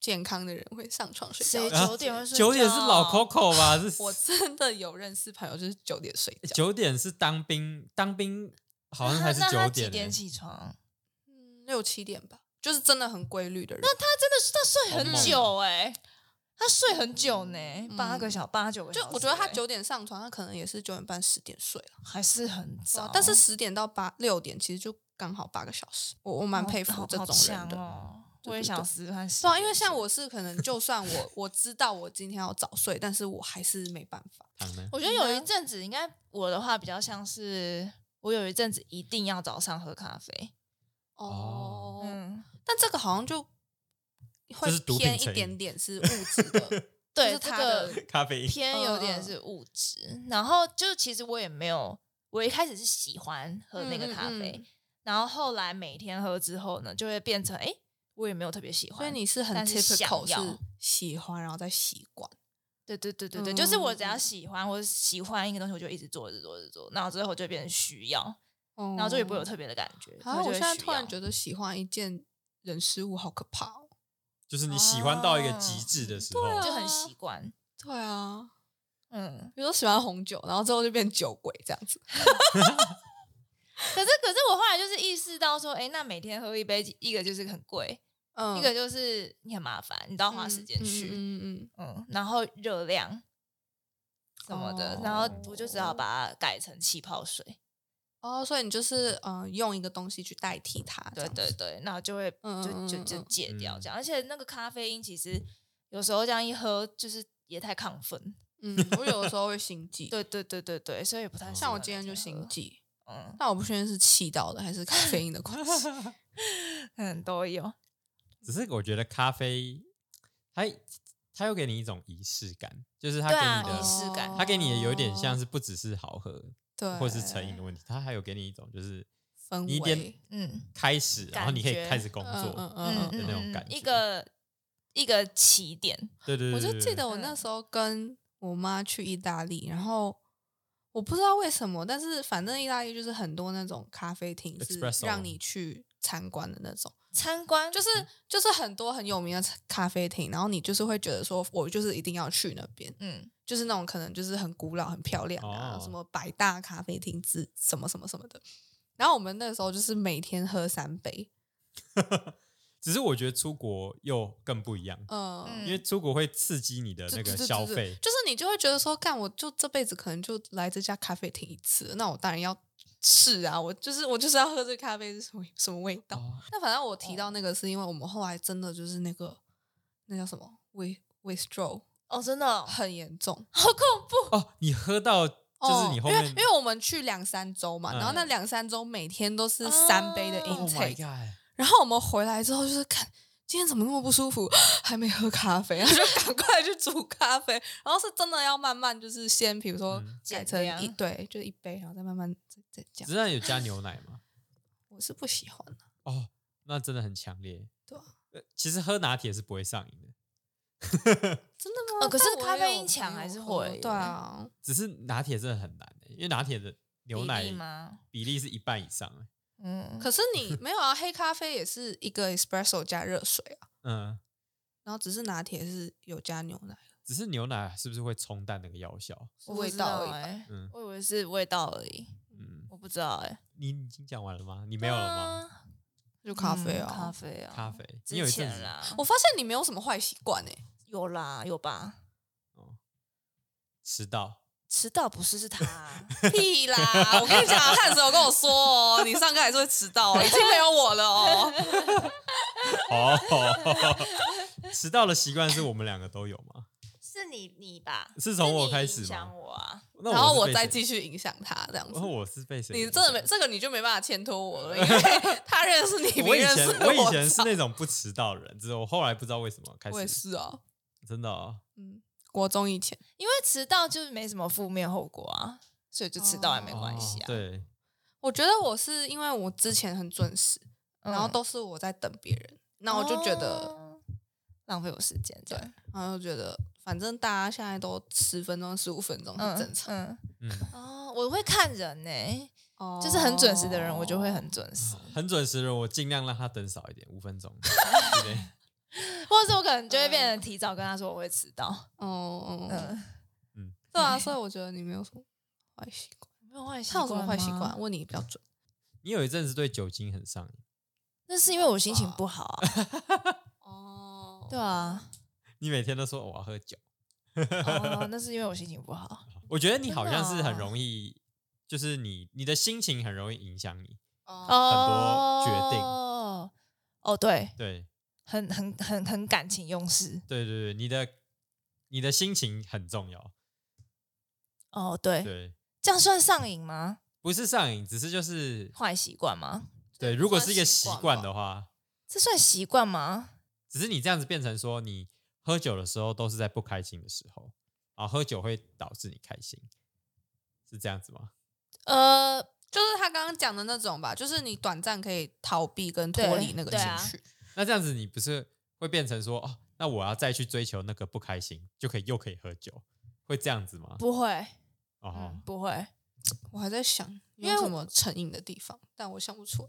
Speaker 3: 健康的人会上床睡觉
Speaker 1: 谁
Speaker 3: 的时
Speaker 2: 啊
Speaker 3: 间。
Speaker 1: 九点会睡
Speaker 2: 九点是老
Speaker 1: 觉
Speaker 2: Coco 吧？是
Speaker 3: 我真的有认识朋友就是九点睡觉，
Speaker 2: 九点是当兵，当兵好像
Speaker 1: 那
Speaker 2: 还 是
Speaker 1: 那他
Speaker 2: 九
Speaker 1: 几
Speaker 2: 点欸、
Speaker 1: 点起床？
Speaker 3: 嗯六七点吧，就是真的很规律的人。
Speaker 1: 他真的是他睡
Speaker 2: 好
Speaker 1: 很
Speaker 2: 猛哦
Speaker 1: 久哎、他睡很久呢，八
Speaker 3: 嗯
Speaker 1: 个小八九个小
Speaker 3: 就
Speaker 1: 时欸，
Speaker 3: 我觉得他九点上床，他可能也是九点半十点睡了，啊
Speaker 1: 还啊是很早，
Speaker 3: 哦哦但是十点到八六点其实就刚好八个小时。我我蛮
Speaker 1: 好
Speaker 3: 佩服
Speaker 1: 好
Speaker 3: 这
Speaker 1: 好
Speaker 3: 种人
Speaker 1: 强
Speaker 3: 的，
Speaker 1: 哦。我也想试看试。
Speaker 3: 对啊，因为像我是可能，就算我我知道我今天要早睡，但是我还是没办法。
Speaker 2: 糖呢？
Speaker 1: 我觉得有
Speaker 3: 你
Speaker 1: 一
Speaker 3: 呢
Speaker 1: 阵子，应该我的话比较像是我有一阵子一定要早上喝咖啡，
Speaker 2: 哦
Speaker 1: 嗯，
Speaker 3: 但这个好像就
Speaker 2: 这
Speaker 3: 会
Speaker 2: 是毒品
Speaker 3: 偏
Speaker 2: 成
Speaker 3: 一
Speaker 2: 瘾
Speaker 3: 点点是物质的，
Speaker 1: 对，
Speaker 3: 就
Speaker 1: 这
Speaker 3: 是它
Speaker 1: 个
Speaker 3: 的
Speaker 2: 咖啡因
Speaker 1: 偏有
Speaker 3: 嗯
Speaker 1: 点是物质。然后就其实我也没有，我一开始是喜欢喝那个咖啡，
Speaker 3: 嗯嗯嗯
Speaker 1: 然后后来每天喝之后呢，就会变成哎、诶我也没有特别喜欢。
Speaker 3: 所以你是很
Speaker 1: 但是想
Speaker 3: typical
Speaker 1: 要
Speaker 3: 是喜欢，然后再习惯。
Speaker 1: 对对对对对，就是我只要
Speaker 3: 嗯
Speaker 1: 喜欢，我喜欢一个东西，我就一直做，一直做，一直做，然后最后就变成需要，然后就也不会有特别的感觉。
Speaker 3: 哦啊！我现在突然
Speaker 1: 得，
Speaker 3: 觉得喜欢一件人事物好可怕哦。
Speaker 2: 就是你喜欢到一个极致的时候，
Speaker 3: 对啊
Speaker 1: 就很习惯，
Speaker 3: 对啊，
Speaker 1: 嗯。
Speaker 3: 比如说喜欢红酒，然后之后就变酒鬼这样子。
Speaker 1: 可是，可是我后来就是意识到说，哎、那每天喝一杯，一个就是很贵，
Speaker 3: 嗯
Speaker 1: 一个就是你很麻烦，你都要花时间去，嗯
Speaker 3: 嗯嗯嗯
Speaker 1: 然后热量什么的，
Speaker 3: 哦
Speaker 1: 然后我就只好把它改成气泡水。
Speaker 3: 哦，所以你就是嗯、呃用一个东西去代替它。啊这
Speaker 1: 对
Speaker 3: 样
Speaker 1: 对
Speaker 3: 子，
Speaker 1: 对，那就会
Speaker 3: 嗯
Speaker 1: 就
Speaker 3: 嗯
Speaker 1: 就
Speaker 3: 嗯
Speaker 1: 就
Speaker 3: 嗯
Speaker 1: 戒掉这样，而且那个咖啡因其实有时候这样一喝，就是也太亢奋。
Speaker 3: 嗯，我有的时候 会心悸。，
Speaker 1: 对对对对对，所以也不太适
Speaker 3: 像我
Speaker 1: 合
Speaker 3: 今
Speaker 1: 每
Speaker 3: 天
Speaker 1: 喝
Speaker 3: 就心，悸，
Speaker 1: 嗯
Speaker 3: 但我不确定是气到的还是咖啡因的关 系。
Speaker 1: 嗯都有，
Speaker 2: 只是我觉得咖啡，它它又给你一种仪式感，就是它
Speaker 1: 对
Speaker 2: 给
Speaker 1: 啊，
Speaker 2: 你
Speaker 1: 仪
Speaker 2: 的，
Speaker 1: 式感
Speaker 2: 它给你的有点像是不只是好喝，
Speaker 3: 哦对，
Speaker 2: 或是成瘾的问题，它还有给你一种就是
Speaker 3: 氛
Speaker 2: 你一
Speaker 3: 围
Speaker 2: 点。
Speaker 1: 嗯。
Speaker 2: 开始，然后你可以
Speaker 1: 感觉
Speaker 2: 开始工
Speaker 3: 嗯嗯
Speaker 2: 作，
Speaker 3: 嗯
Speaker 2: 的
Speaker 3: 嗯
Speaker 2: 那种
Speaker 1: 嗯
Speaker 2: 感
Speaker 1: 一
Speaker 2: 觉
Speaker 1: 个一个起点，
Speaker 2: 对对对，
Speaker 3: 我就
Speaker 2: 对
Speaker 3: 记得
Speaker 2: 对
Speaker 3: 我那
Speaker 1: 嗯
Speaker 3: 时候跟我妈去意大利，然后我不知道为什么，但是反正意大利就是很多那种咖啡厅是
Speaker 2: Espresso
Speaker 3: 让你去参观的那种，
Speaker 1: 参观
Speaker 3: 就是就是很多很有名的咖啡厅，然后你就是会觉得说，我就是一定要去那边，
Speaker 1: 嗯
Speaker 3: 就是那种可能就是很古老、很漂亮啊，
Speaker 2: 哦
Speaker 3: 什么百大咖啡厅之什么什么什么的。然后我们那时候就是每天喝三杯，
Speaker 2: 只是我觉得出国又更不一样，
Speaker 3: 嗯，
Speaker 1: 嗯
Speaker 2: 因为出国会刺激你的那
Speaker 3: 对
Speaker 2: 个
Speaker 3: 对对
Speaker 2: 消
Speaker 3: 对
Speaker 2: 费，
Speaker 3: 就是你就会觉得说，干，我就这辈子可能就来这家咖啡厅一次，那我当然要试啊，我就是我就是要喝这咖啡是什么什么味道。
Speaker 2: 哦
Speaker 3: 那反正我提到那个，是因为我们后来真的就是那个那叫什么胃胃 stroke
Speaker 1: 哦，真的哦、
Speaker 3: 很严重，哦
Speaker 1: 好恐怖，
Speaker 2: 哦，你喝到哦就是你后面
Speaker 3: 因为因为我们去两三周嘛，
Speaker 2: 嗯
Speaker 3: 然后那两三周每天都是三杯的
Speaker 1: 哦
Speaker 2: Oh my
Speaker 3: intake，、
Speaker 2: God，
Speaker 3: 然后我们回来之后就是看。今天怎么那么不舒服？ 还没喝咖啡，然后就赶快去煮咖啡。然后是真的要慢慢，就是先比如说
Speaker 2: 嗯
Speaker 3: 改
Speaker 1: 减
Speaker 3: 成
Speaker 1: 量
Speaker 3: 一对，就一杯，然后再慢慢再再这
Speaker 2: 只
Speaker 3: 样。
Speaker 2: 是有加牛奶吗？
Speaker 3: 我是不喜欢的，
Speaker 2: 哦，那真的很强烈。
Speaker 3: 对啊
Speaker 2: 呃，其实喝拿铁是不会上瘾的，
Speaker 3: 真的吗？
Speaker 1: 呃可是
Speaker 3: 但我也
Speaker 1: 咖啡
Speaker 3: 有
Speaker 1: 因强
Speaker 3: 朋友
Speaker 1: 还是
Speaker 3: 喝
Speaker 1: 会
Speaker 3: 对啊，
Speaker 2: 只是拿铁真的很难、欸，因为拿铁的牛奶
Speaker 1: 比例吗？
Speaker 2: 比例是一半以上、欸。
Speaker 1: 嗯，
Speaker 3: 可是 你没有啊，黑咖啡也是一个 espresso 加热水啊，
Speaker 2: 嗯，
Speaker 3: 然后只是拿铁是有加牛奶，
Speaker 2: 只是牛奶是不是会冲淡那个药效？
Speaker 3: 是
Speaker 1: 我
Speaker 3: 味
Speaker 1: 不知
Speaker 3: 道而
Speaker 1: 道
Speaker 3: 已吧。
Speaker 1: 哎、
Speaker 2: 嗯
Speaker 1: 我以为是味道而已，
Speaker 2: 嗯，
Speaker 1: 我不知道哎、
Speaker 2: 你已经讲完了吗？你没有了吗？
Speaker 1: 啊？
Speaker 3: 就咖啡
Speaker 1: 嗯咖
Speaker 3: 啊。
Speaker 1: 啡啊，
Speaker 2: 咖啡，你有
Speaker 1: 之
Speaker 2: 一阵
Speaker 1: 前
Speaker 2: 子
Speaker 1: 啦，哦
Speaker 3: 我发现你没有什么坏习惯 哎，
Speaker 1: 有啦，有吧？
Speaker 2: 迟到，
Speaker 1: 迟到不是是 他啊、
Speaker 3: 屁啦！我跟你讲，啊汉子有跟我说哦，你上课还是会迟到哦，已经没有我了哦。
Speaker 2: 哦， 迟到的习惯是我们两个都有吗？
Speaker 1: 是你你吧？
Speaker 2: 是从我
Speaker 1: 你
Speaker 2: 开始
Speaker 1: 影
Speaker 2: 吗
Speaker 1: 响我啊，
Speaker 2: 那
Speaker 3: 然后
Speaker 2: 我
Speaker 3: 我
Speaker 2: 是被
Speaker 3: 再
Speaker 2: 谁
Speaker 3: 继，续影响他这样
Speaker 2: 然后
Speaker 3: 子。
Speaker 2: 我是被谁？
Speaker 3: 你真的没。这个，你就没办法牵拖我 了，因为他认识你比
Speaker 2: 我以
Speaker 3: 认
Speaker 2: 前
Speaker 3: 识
Speaker 2: 我以前是
Speaker 3: 早
Speaker 2: 那种不迟到的人，只是我后来不知道为什么开
Speaker 3: 我也
Speaker 2: 始
Speaker 3: 是啊，
Speaker 2: 真的哦
Speaker 3: 嗯，国中以前
Speaker 1: 因为迟到就是没什么负面后果啊，所以就迟到也没关系
Speaker 2: 哦
Speaker 1: 啊。
Speaker 2: 对，
Speaker 3: 我觉得我是因为我之前很准时，
Speaker 1: 嗯，
Speaker 3: 然后都是我在等别人，那我就觉得，
Speaker 1: 哦浪费我时间，这样
Speaker 3: 然后就觉得反正大家现在都十分钟、十五分钟
Speaker 1: 嗯
Speaker 3: 很正常，
Speaker 1: 嗯
Speaker 2: 嗯，
Speaker 1: 哦，我会看人呢、
Speaker 3: 哦
Speaker 1: 就是很准时的人，我就会很准时，
Speaker 2: 很准时的人，我尽量让他等少一点，五 分钟之类。
Speaker 1: 或者是我可能就会变成提早跟他说我会迟到。
Speaker 3: 哦，嗯
Speaker 1: 嗯，
Speaker 3: 对啊，所以我觉得你没有什么坏习惯，
Speaker 1: 没有坏习
Speaker 3: 他有什么坏习
Speaker 1: 吗
Speaker 3: 惯？？问你比较准，
Speaker 2: 你有一阵子对酒精很上瘾，
Speaker 1: 那是因为我心情不好啊。
Speaker 3: 哦，
Speaker 1: 对啊，
Speaker 2: 你每天都说我要喝酒。
Speaker 1: 哦，那是因为我心情不 好。
Speaker 2: 我觉得你好像
Speaker 1: 真
Speaker 2: 是
Speaker 1: 的哦
Speaker 2: 很容易，就是你你的心情很容易影响你。
Speaker 3: 哦，
Speaker 1: 哦，
Speaker 2: 决定
Speaker 1: 哦，对，
Speaker 2: 对，
Speaker 1: 很很很很感情用事。
Speaker 2: 对对对，你的你的心情很重要。
Speaker 1: 哦，对，
Speaker 2: 对，
Speaker 1: 这样算上瘾吗？
Speaker 2: 不是上瘾，只是就是
Speaker 1: 坏习惯吗？
Speaker 2: 对，如果是一个习惯的话，
Speaker 1: 这算习惯吗？
Speaker 2: 只是你这样子变成说，你喝酒的时候都是在不开心的时候，啊，喝酒会导致你开心，是这样子吗？
Speaker 1: 呃，
Speaker 3: 就是他刚刚讲的那种吧，就是你短暂可以逃避跟脱
Speaker 1: 对
Speaker 3: 离那个
Speaker 1: 对
Speaker 3: 情
Speaker 1: 啊
Speaker 3: 绪。
Speaker 2: 那这样子你不是会变成说，哦，那我要再去追求那个不开心，就可以又可以喝酒，会这样子吗？
Speaker 1: 不会，
Speaker 2: 哦，
Speaker 1: 嗯，不会，
Speaker 3: 我还在想
Speaker 1: 因为
Speaker 3: 有什么成瘾的地方，但我想不出来。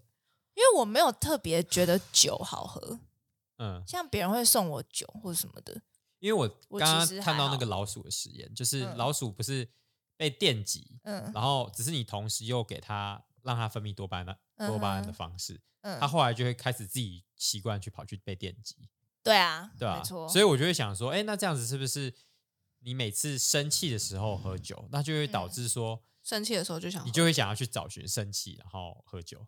Speaker 1: 因为我没有特别觉得酒好喝，
Speaker 2: 嗯，
Speaker 1: 像别人会送我酒或什么的，
Speaker 2: 因为我
Speaker 1: 我
Speaker 2: 刚
Speaker 1: 其实
Speaker 2: 刚看
Speaker 1: 还
Speaker 2: 到那
Speaker 1: 好
Speaker 2: 个老鼠的实验，就是
Speaker 1: 嗯
Speaker 2: 老鼠不是被电击，
Speaker 1: 嗯
Speaker 2: 然后只是你同时又给它让它分泌多巴胺多巴胺的
Speaker 1: 嗯哼
Speaker 2: 方式，它
Speaker 1: 嗯，
Speaker 2: 后来就会开始自己习惯去跑去被电击，
Speaker 1: 对啊，
Speaker 2: 对啊，
Speaker 1: 没错，
Speaker 2: 所以我就会想说，哎，那这样子是不是你每次生气的时候喝酒，那就会导致说
Speaker 3: 生气的时候就想
Speaker 2: 你
Speaker 3: 喝
Speaker 2: 就会想要去找寻生气，然后喝酒。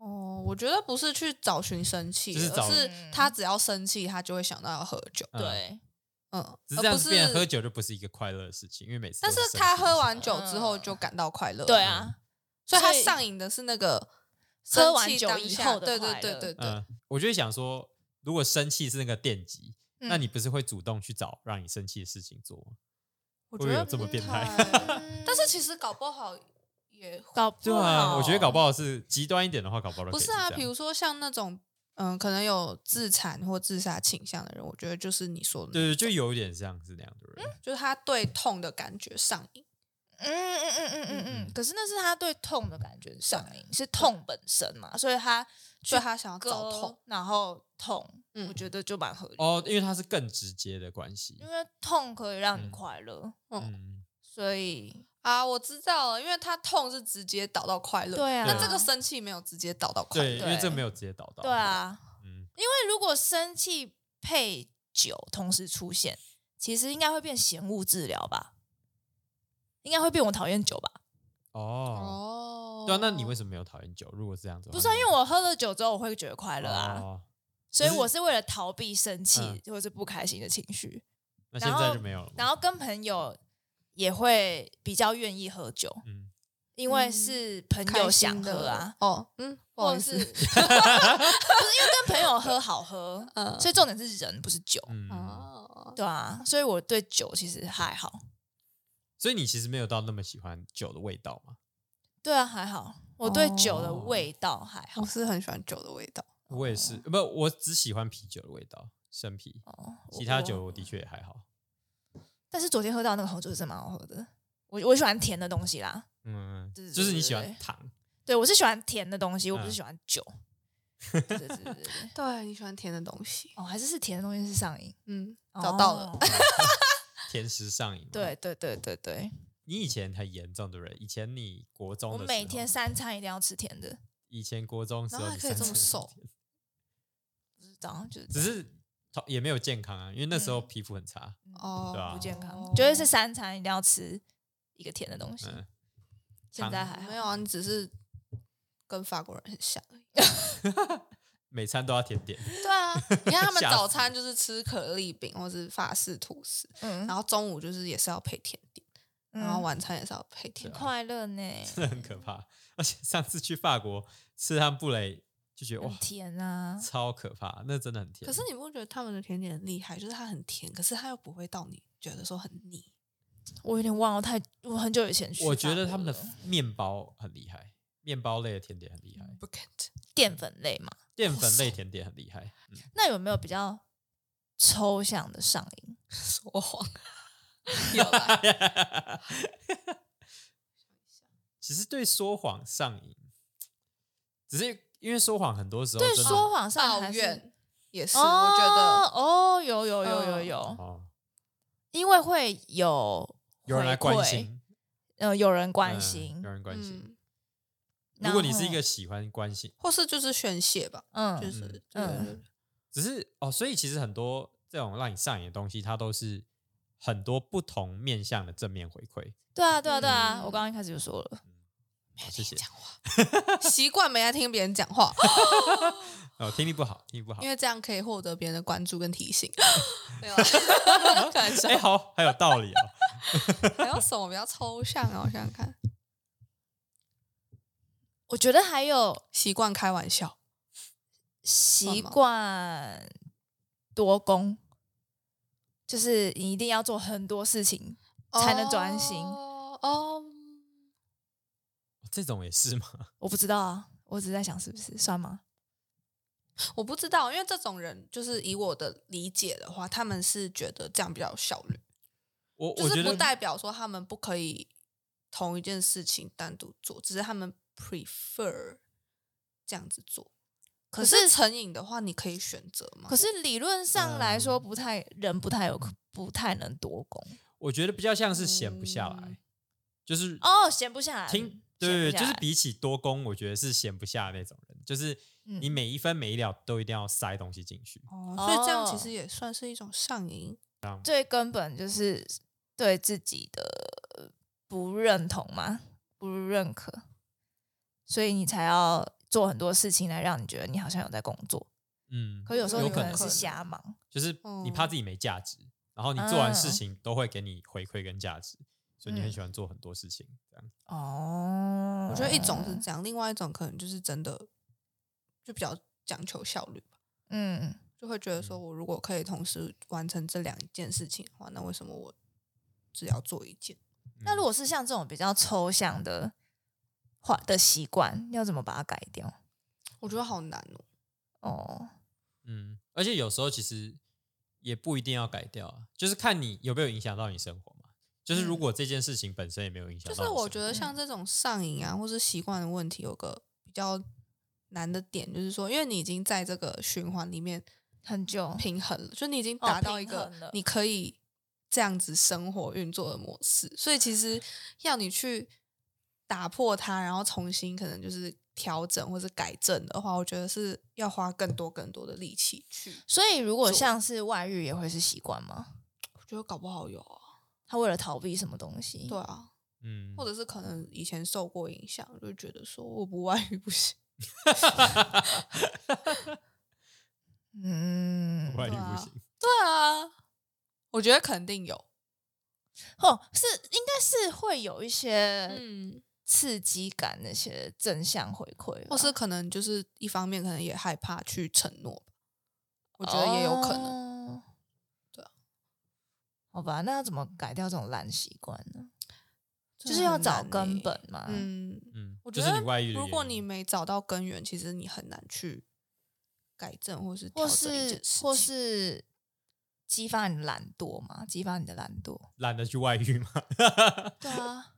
Speaker 3: 哦，我觉得不是去找寻生气，
Speaker 2: 就是找
Speaker 3: 而是
Speaker 1: 嗯
Speaker 3: 他只要生气，他就会想到要喝酒。
Speaker 2: 嗯
Speaker 1: 对，
Speaker 3: 嗯，
Speaker 2: 只是
Speaker 3: 而
Speaker 2: 这样子
Speaker 3: 不是
Speaker 2: 变成喝酒就不是一个快乐的事情，因为每次都
Speaker 3: 但是
Speaker 2: 生气
Speaker 3: 他
Speaker 2: 的事
Speaker 3: 喝完
Speaker 2: 情
Speaker 3: 酒之后
Speaker 1: 嗯
Speaker 3: 就感到快乐，
Speaker 1: 对，啊，
Speaker 3: 所以他
Speaker 1: 所以
Speaker 3: 上瘾的是那个
Speaker 1: 喝
Speaker 3: 生
Speaker 1: 完
Speaker 3: 气
Speaker 1: 酒
Speaker 3: 当
Speaker 1: 以
Speaker 3: 下
Speaker 1: 后的
Speaker 3: 对对
Speaker 1: 快
Speaker 3: 对
Speaker 1: 乐
Speaker 3: 对对，
Speaker 2: 嗯，我就会想说，如果生气是那个电击，那
Speaker 1: 嗯
Speaker 2: 你不是会主动去找让你生气的事情做吗？会不
Speaker 3: 我觉
Speaker 2: 会有
Speaker 3: 得
Speaker 2: 这么
Speaker 3: 不
Speaker 2: 变态
Speaker 3: 太但
Speaker 1: 但
Speaker 3: 是
Speaker 1: 是
Speaker 3: 其实搞不好也会
Speaker 1: 搞
Speaker 2: 对
Speaker 1: 不
Speaker 2: 啊，
Speaker 1: 好，
Speaker 2: 我觉得搞不好是极端一点的话，搞不好都
Speaker 3: 不
Speaker 2: 可以
Speaker 3: 是啊，
Speaker 2: 这
Speaker 3: 比
Speaker 2: 样
Speaker 3: 如说像那种嗯，可能有自残或自杀倾向的人，我觉得就是你说的那
Speaker 2: 对对，
Speaker 3: 种，
Speaker 2: 就有一点像是那样的人，
Speaker 3: 就是他对痛的感觉上瘾。
Speaker 1: 嗯嗯嗯嗯嗯
Speaker 2: 嗯
Speaker 1: 嗯，可是那是他对痛的感觉上瘾，是痛本身嘛，
Speaker 2: 嗯
Speaker 1: 所以他
Speaker 3: 所以他想要找
Speaker 1: 割
Speaker 3: 痛，，
Speaker 1: 然后痛，
Speaker 3: 嗯
Speaker 1: 我觉得就蛮合理的
Speaker 2: 哦，因为它是更直接的关系
Speaker 1: 因。为痛可以让
Speaker 2: 嗯
Speaker 1: 你快乐，
Speaker 2: 嗯，
Speaker 1: 所以
Speaker 3: 啊，我知道了，因为他痛是直接导到快乐，
Speaker 1: 对啊
Speaker 3: 那这个生气没有直接导到快
Speaker 2: 对，因
Speaker 3: 乐，
Speaker 2: 为这
Speaker 1: 对
Speaker 2: 没有直接导到。
Speaker 1: 对，啊，
Speaker 2: 嗯，
Speaker 1: 因为如果生气配酒同时出现，其实应该会变嫌恶治疗吧，应该会变我讨厌酒吧？
Speaker 2: 啊哦，
Speaker 3: 哦
Speaker 2: 对啊，那你为什么没有讨厌酒？如果是这样子的话，
Speaker 1: 不是、啊，因为我喝了酒之后我会觉得快
Speaker 2: 快
Speaker 1: 乐啊，
Speaker 2: 哦，
Speaker 1: 所以
Speaker 2: 可是
Speaker 1: 我是为了逃避生气
Speaker 2: 嗯
Speaker 1: 或者是不开心的情绪，
Speaker 2: 那现
Speaker 1: 然
Speaker 2: 在
Speaker 1: 后
Speaker 2: 就没有了吗。
Speaker 1: 然后跟朋友也会比较愿意喝酒，
Speaker 2: 嗯，
Speaker 1: 因为
Speaker 3: 嗯
Speaker 1: 是朋
Speaker 3: 开
Speaker 1: 友
Speaker 3: 心
Speaker 1: 想
Speaker 3: 的
Speaker 1: 喝啊，
Speaker 3: 哦，嗯，不
Speaker 1: 或
Speaker 3: 好
Speaker 1: 者
Speaker 3: 意
Speaker 1: 是
Speaker 3: 思
Speaker 1: 不是 因为跟朋友喝好喝，
Speaker 3: 嗯
Speaker 1: 所以重点是人不是酒，
Speaker 2: 嗯，
Speaker 3: 哦，
Speaker 1: 对啊，所以我对酒其实还好，
Speaker 2: 所以你其实没有到那么喜欢酒的味道嘛？
Speaker 1: 对啊还好，我对酒的
Speaker 2: 哦
Speaker 1: 味道还好
Speaker 3: 我，是很喜欢酒的味道，
Speaker 2: 我也是，不，我只喜欢啤酒的味道，生啤。
Speaker 1: 哦
Speaker 2: 其他，酒
Speaker 1: 我
Speaker 2: 我的确也还好。
Speaker 1: 但是昨天喝到那个红酒是蛮好喝的，我我喜欢甜的东西啦，
Speaker 2: 嗯，
Speaker 1: 对对
Speaker 2: 就是你
Speaker 1: 对
Speaker 2: 喜欢
Speaker 1: 对
Speaker 2: 糖，
Speaker 1: 对我是喜欢甜的东西，我不
Speaker 2: 嗯
Speaker 1: 是喜欢 酒，对对对对对，
Speaker 3: 对你喜欢甜的东西，
Speaker 1: 哦还是是甜的东西是上瘾，
Speaker 3: 嗯，找到了，
Speaker 1: 哦，
Speaker 2: 甜食上瘾。
Speaker 1: 对，对对对对，
Speaker 2: 你以前很严重，对不对？以前你国中
Speaker 1: 我
Speaker 2: 的时
Speaker 1: 每
Speaker 2: 候
Speaker 1: 天，三餐一定要吃甜的，
Speaker 2: 以前国中的时
Speaker 3: 然
Speaker 2: 候
Speaker 3: 后还
Speaker 2: 你
Speaker 3: 可以
Speaker 2: 三
Speaker 3: 这么
Speaker 2: 餐
Speaker 3: 瘦，
Speaker 1: 不知道就是
Speaker 2: 只是也没有健康啊，因为那时候
Speaker 1: 嗯
Speaker 2: 皮肤很差。
Speaker 3: 哦，
Speaker 2: 对啊
Speaker 1: 不健康
Speaker 3: 哦，
Speaker 1: 觉得是三餐一定要吃一个甜的东西。
Speaker 2: 嗯，
Speaker 1: 现在还好
Speaker 3: 没有啊，你只是跟法国人很像 而已。
Speaker 2: 每餐都要甜点。
Speaker 3: 对啊， 你看他们
Speaker 2: 吓死
Speaker 3: 早餐就是吃可丽饼或是法式吐司，
Speaker 1: 嗯，
Speaker 3: 然后中午就是也是要配甜点，
Speaker 1: 嗯
Speaker 3: 然后晚餐也是要配
Speaker 2: 啊
Speaker 3: 甜点。
Speaker 1: 快乐 呢，
Speaker 2: 真的很可怕。而且上次去法国吃汉布雷，就觉得
Speaker 1: 很
Speaker 2: 哇，
Speaker 1: 甜啊。
Speaker 2: 超可怕，那真的很甜。
Speaker 3: 可是你不觉得他们的甜点很厉害？就是它很甜，可是它又不会到你觉得说很腻。
Speaker 1: 我有点忘了，太我很久以前去法国了。哦
Speaker 2: 我觉得他们的面包很厉害，面包类的甜点很厉害，
Speaker 3: 不 c a
Speaker 1: 淀粉类嘛，
Speaker 2: 淀粉类甜点很厉害。 嗯，
Speaker 1: 那有没有比较抽象的上瘾？
Speaker 3: 说谎， 有啦
Speaker 2: 其实对说谎上瘾，只是因为说谎很多时候
Speaker 1: 对，
Speaker 2: 哦真的
Speaker 1: 说谎上
Speaker 3: 抱
Speaker 1: 瘾还是
Speaker 3: 怨也是，
Speaker 1: 哦
Speaker 3: 我觉得嗯
Speaker 1: 哦，有有有有有，
Speaker 2: 哦，
Speaker 1: 因为会有
Speaker 2: 有人来
Speaker 1: 回馈
Speaker 2: 关，心，
Speaker 1: 呃，有人关
Speaker 2: 嗯
Speaker 1: 心
Speaker 2: 有。人关心。
Speaker 3: 嗯，
Speaker 2: 如果你是
Speaker 1: 然
Speaker 2: 一
Speaker 1: 后
Speaker 2: 个喜欢关心，
Speaker 3: 或是就是宣泄吧，就
Speaker 1: 嗯，
Speaker 3: 是对
Speaker 1: 嗯
Speaker 3: 对对
Speaker 2: 只是哦，所以其实很多这种让你上瘾的东西，它都是很多不同面向的正面回馈。哦
Speaker 1: 对啊对啊对啊，
Speaker 3: 嗯
Speaker 1: 我刚刚一开始就说了，
Speaker 2: 谢谢。
Speaker 3: 习惯没爱听别人讲话，
Speaker 2: 哦，听力不好，听力不好
Speaker 3: 因。为这样可以获得别人的关注跟 提醒。没有啦， 开玩笑
Speaker 2: 哎、，好，还有道理哦。
Speaker 3: 还有什么比较抽象啊？我想想看，
Speaker 1: 我觉得还有
Speaker 3: 习惯开玩笑，
Speaker 1: 习惯多功，就是你一定要做很多事情才能专心。
Speaker 3: 哦哦，
Speaker 2: 这种也是吗？
Speaker 1: 我不知道啊，我只是在想是不是算吗？
Speaker 3: 我不知道，因为这种人就是以我的理解的话，他们是觉得这样比较有效率，
Speaker 2: 我
Speaker 3: 就
Speaker 2: 我觉
Speaker 3: 是不
Speaker 2: 得
Speaker 3: 代表说他们不可以同一件事情单独做，只是他们 prefer 这样子做。
Speaker 1: 可
Speaker 3: 可
Speaker 1: 是
Speaker 3: 是成瘾的话，你可以选择嘛？
Speaker 1: 可是理论上来说，
Speaker 2: 嗯
Speaker 1: 不太人不太有不太能多功
Speaker 2: 我觉得比较像是闲不下来，
Speaker 3: 嗯
Speaker 2: 就是
Speaker 1: 哦，闲不下来。
Speaker 2: 听
Speaker 1: 闲不
Speaker 2: 对，
Speaker 1: 下
Speaker 2: 就是
Speaker 1: 来
Speaker 2: 比起多功，我觉得是闲不下那种人，就是
Speaker 1: 嗯
Speaker 2: 你每一分每一秒都一定要塞东西进去。
Speaker 3: 哦，所以这样
Speaker 1: 哦
Speaker 3: 其实也算是一种上瘾。
Speaker 1: 最根本就是对自己的呃不认同嘛，不认可，所以你才要做很多事情来让你觉得你好像有在工作，
Speaker 2: 嗯，
Speaker 1: 可有时候
Speaker 2: 有
Speaker 1: 你可
Speaker 2: 可
Speaker 1: 能
Speaker 2: 能
Speaker 1: 是瞎忙。
Speaker 2: 就是你
Speaker 3: 哦
Speaker 2: 怕自己没价值，然后你做完事
Speaker 1: 嗯
Speaker 2: 情都会给你回馈跟价值，所以你很
Speaker 1: 嗯
Speaker 2: 喜欢做很多事情。这样
Speaker 1: 哦，
Speaker 3: 我觉得一种是这样，另外一种可能就是真的就比较讲求效率吧，
Speaker 1: 嗯，
Speaker 3: 就会觉得说
Speaker 2: 嗯
Speaker 3: 我如果可以同时完成这两件事情的话，那为什么我只要做一件？
Speaker 1: 那如
Speaker 2: 嗯
Speaker 1: 果是像这种比较抽象的话的习惯，要怎么把它改掉？
Speaker 3: 我觉得好难哦。
Speaker 1: 哦，
Speaker 2: 嗯，而且有时候其实也不一定要改掉啊，就是看你有没有影响到你生活嘛。就是如
Speaker 1: 嗯
Speaker 2: 果这件事情本身也没有影响到
Speaker 3: 就
Speaker 2: 你
Speaker 3: 是
Speaker 2: 生活，
Speaker 3: 我觉得像这种上瘾啊，或是习惯的问题，有个比较难的点，就是说，因为你已经在这个循环里面
Speaker 1: 很久，
Speaker 3: 平衡了，就你已经
Speaker 1: 哦
Speaker 3: 达到一
Speaker 1: 平
Speaker 3: 个
Speaker 1: 衡了
Speaker 3: 你可以这样子生活运作的模式，所以其实要你去打破它，然后重新可能就是调整或是改正的话，我觉得是要花更多更多的力气去。
Speaker 1: 所以如果
Speaker 3: 做
Speaker 1: 像是外遇，也会是习惯吗？
Speaker 3: 我觉得搞不好有啊，
Speaker 1: 他为了逃避什么东西？
Speaker 3: 对啊，
Speaker 2: 嗯，
Speaker 3: 或者是可能以前受过影响，就觉得说我不外遇不行，
Speaker 1: 嗯，
Speaker 2: 外遇
Speaker 3: 对啊
Speaker 2: 不行。
Speaker 3: 对啊，我觉得肯定有，
Speaker 1: 哦，是应该是会有一些
Speaker 3: 嗯，
Speaker 1: 刺激感，那些正向回馈吧，
Speaker 3: 或是可能就是一方面可能也害怕去承诺吧，我觉得也有可能。
Speaker 1: 能。
Speaker 3: 对啊
Speaker 1: 哦好吧，那要怎么改掉这种烂习惯呢？就
Speaker 3: 真的
Speaker 1: 是要
Speaker 3: 很
Speaker 1: 找
Speaker 3: 难
Speaker 1: 根
Speaker 3: 欸
Speaker 1: 本啊嘛。
Speaker 3: 嗯，
Speaker 2: 嗯
Speaker 3: 我，觉
Speaker 2: 就是
Speaker 3: 得
Speaker 2: 你外遇的
Speaker 3: 如
Speaker 2: 原
Speaker 3: 果
Speaker 2: 因
Speaker 3: 你没找到根源，其实你很难去改正或是调
Speaker 1: 或
Speaker 3: 整一
Speaker 1: 是
Speaker 3: 件事情。
Speaker 1: 或是激发你的懒惰嘛，激发你的懒惰。
Speaker 2: 懒得去外遇 嘛，
Speaker 1: 对啊，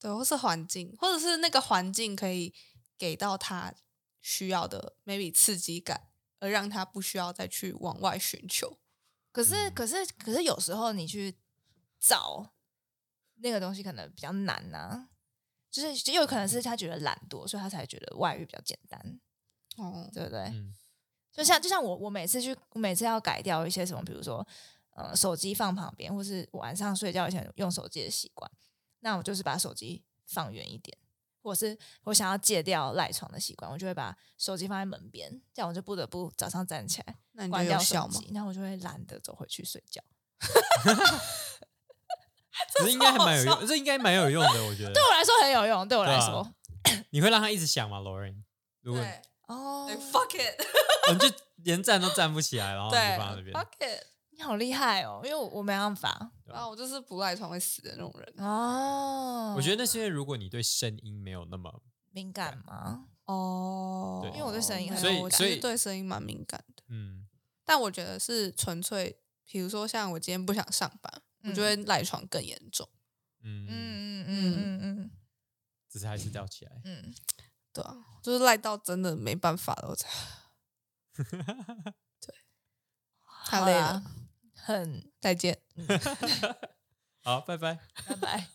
Speaker 3: 对，或是环境，或者是那个环境可以给到他需要的 maybe 刺激感，而让他不需要再去往外寻求。
Speaker 1: 可是、
Speaker 2: 嗯
Speaker 1: 可是可是有时候你去找那个东西，可能比较难啊。就是就有可能是他觉得懒惰，所以他才觉得外遇比较简单，
Speaker 3: 哦，
Speaker 1: 对不对？
Speaker 2: 嗯
Speaker 1: 就像就像我我每次去，我每次要改掉一些什么，比如说呃手机放旁边，或是晚上睡觉以前用手机的习惯，那我就是把手机放远一点，或是我想要戒掉赖床的习惯，我就会把手机放在门边，这样我就不得不早上站起来
Speaker 3: 那你觉
Speaker 1: 关
Speaker 3: 得
Speaker 1: 掉
Speaker 3: 有
Speaker 1: 手
Speaker 3: 效吗
Speaker 1: 机？，那我就会懒得走回去睡觉。
Speaker 2: 可是应该还蛮有
Speaker 1: 好
Speaker 2: 用，这应该蛮有用的，我觉 得
Speaker 1: 对。我来说很有用，对我
Speaker 2: 对
Speaker 1: 来
Speaker 2: 啊
Speaker 1: 说，
Speaker 2: 你会让他一直想吗，Lauren？如果你
Speaker 3: 对
Speaker 1: 哦
Speaker 3: 哎，fuck it，
Speaker 2: 哦你就连站都站不起来，然 后你就放在那
Speaker 3: 对
Speaker 2: 边，
Speaker 3: ，fuck it，
Speaker 1: 你好厉害哦，因为我我没办法
Speaker 2: 对
Speaker 3: 然后我就是不赖床会死的那种人。
Speaker 1: 哦。
Speaker 2: 我觉得那是因为如果你对声音没有那么，
Speaker 1: 敏感吗？
Speaker 3: 哦
Speaker 2: 对因
Speaker 1: 为我对声音很
Speaker 3: 没有
Speaker 1: 敏
Speaker 3: 我
Speaker 1: 感
Speaker 3: 其
Speaker 2: 所
Speaker 3: 实
Speaker 2: 以
Speaker 3: 对声音蛮敏感的。
Speaker 2: 嗯，
Speaker 3: 但我觉得是纯粹，比如说像我今天不想上班，
Speaker 1: 嗯
Speaker 3: 我就会赖床更严重，
Speaker 2: 嗯嗯，
Speaker 1: 嗯嗯嗯嗯
Speaker 2: 只是还是吊起来。
Speaker 1: 嗯嗯，
Speaker 3: 对啊，就是赖到真的没办法了，我才太
Speaker 1: 好
Speaker 3: 累
Speaker 1: 啦
Speaker 3: 了，
Speaker 1: 很
Speaker 3: 再见。
Speaker 2: 好，拜拜。
Speaker 1: 拜拜。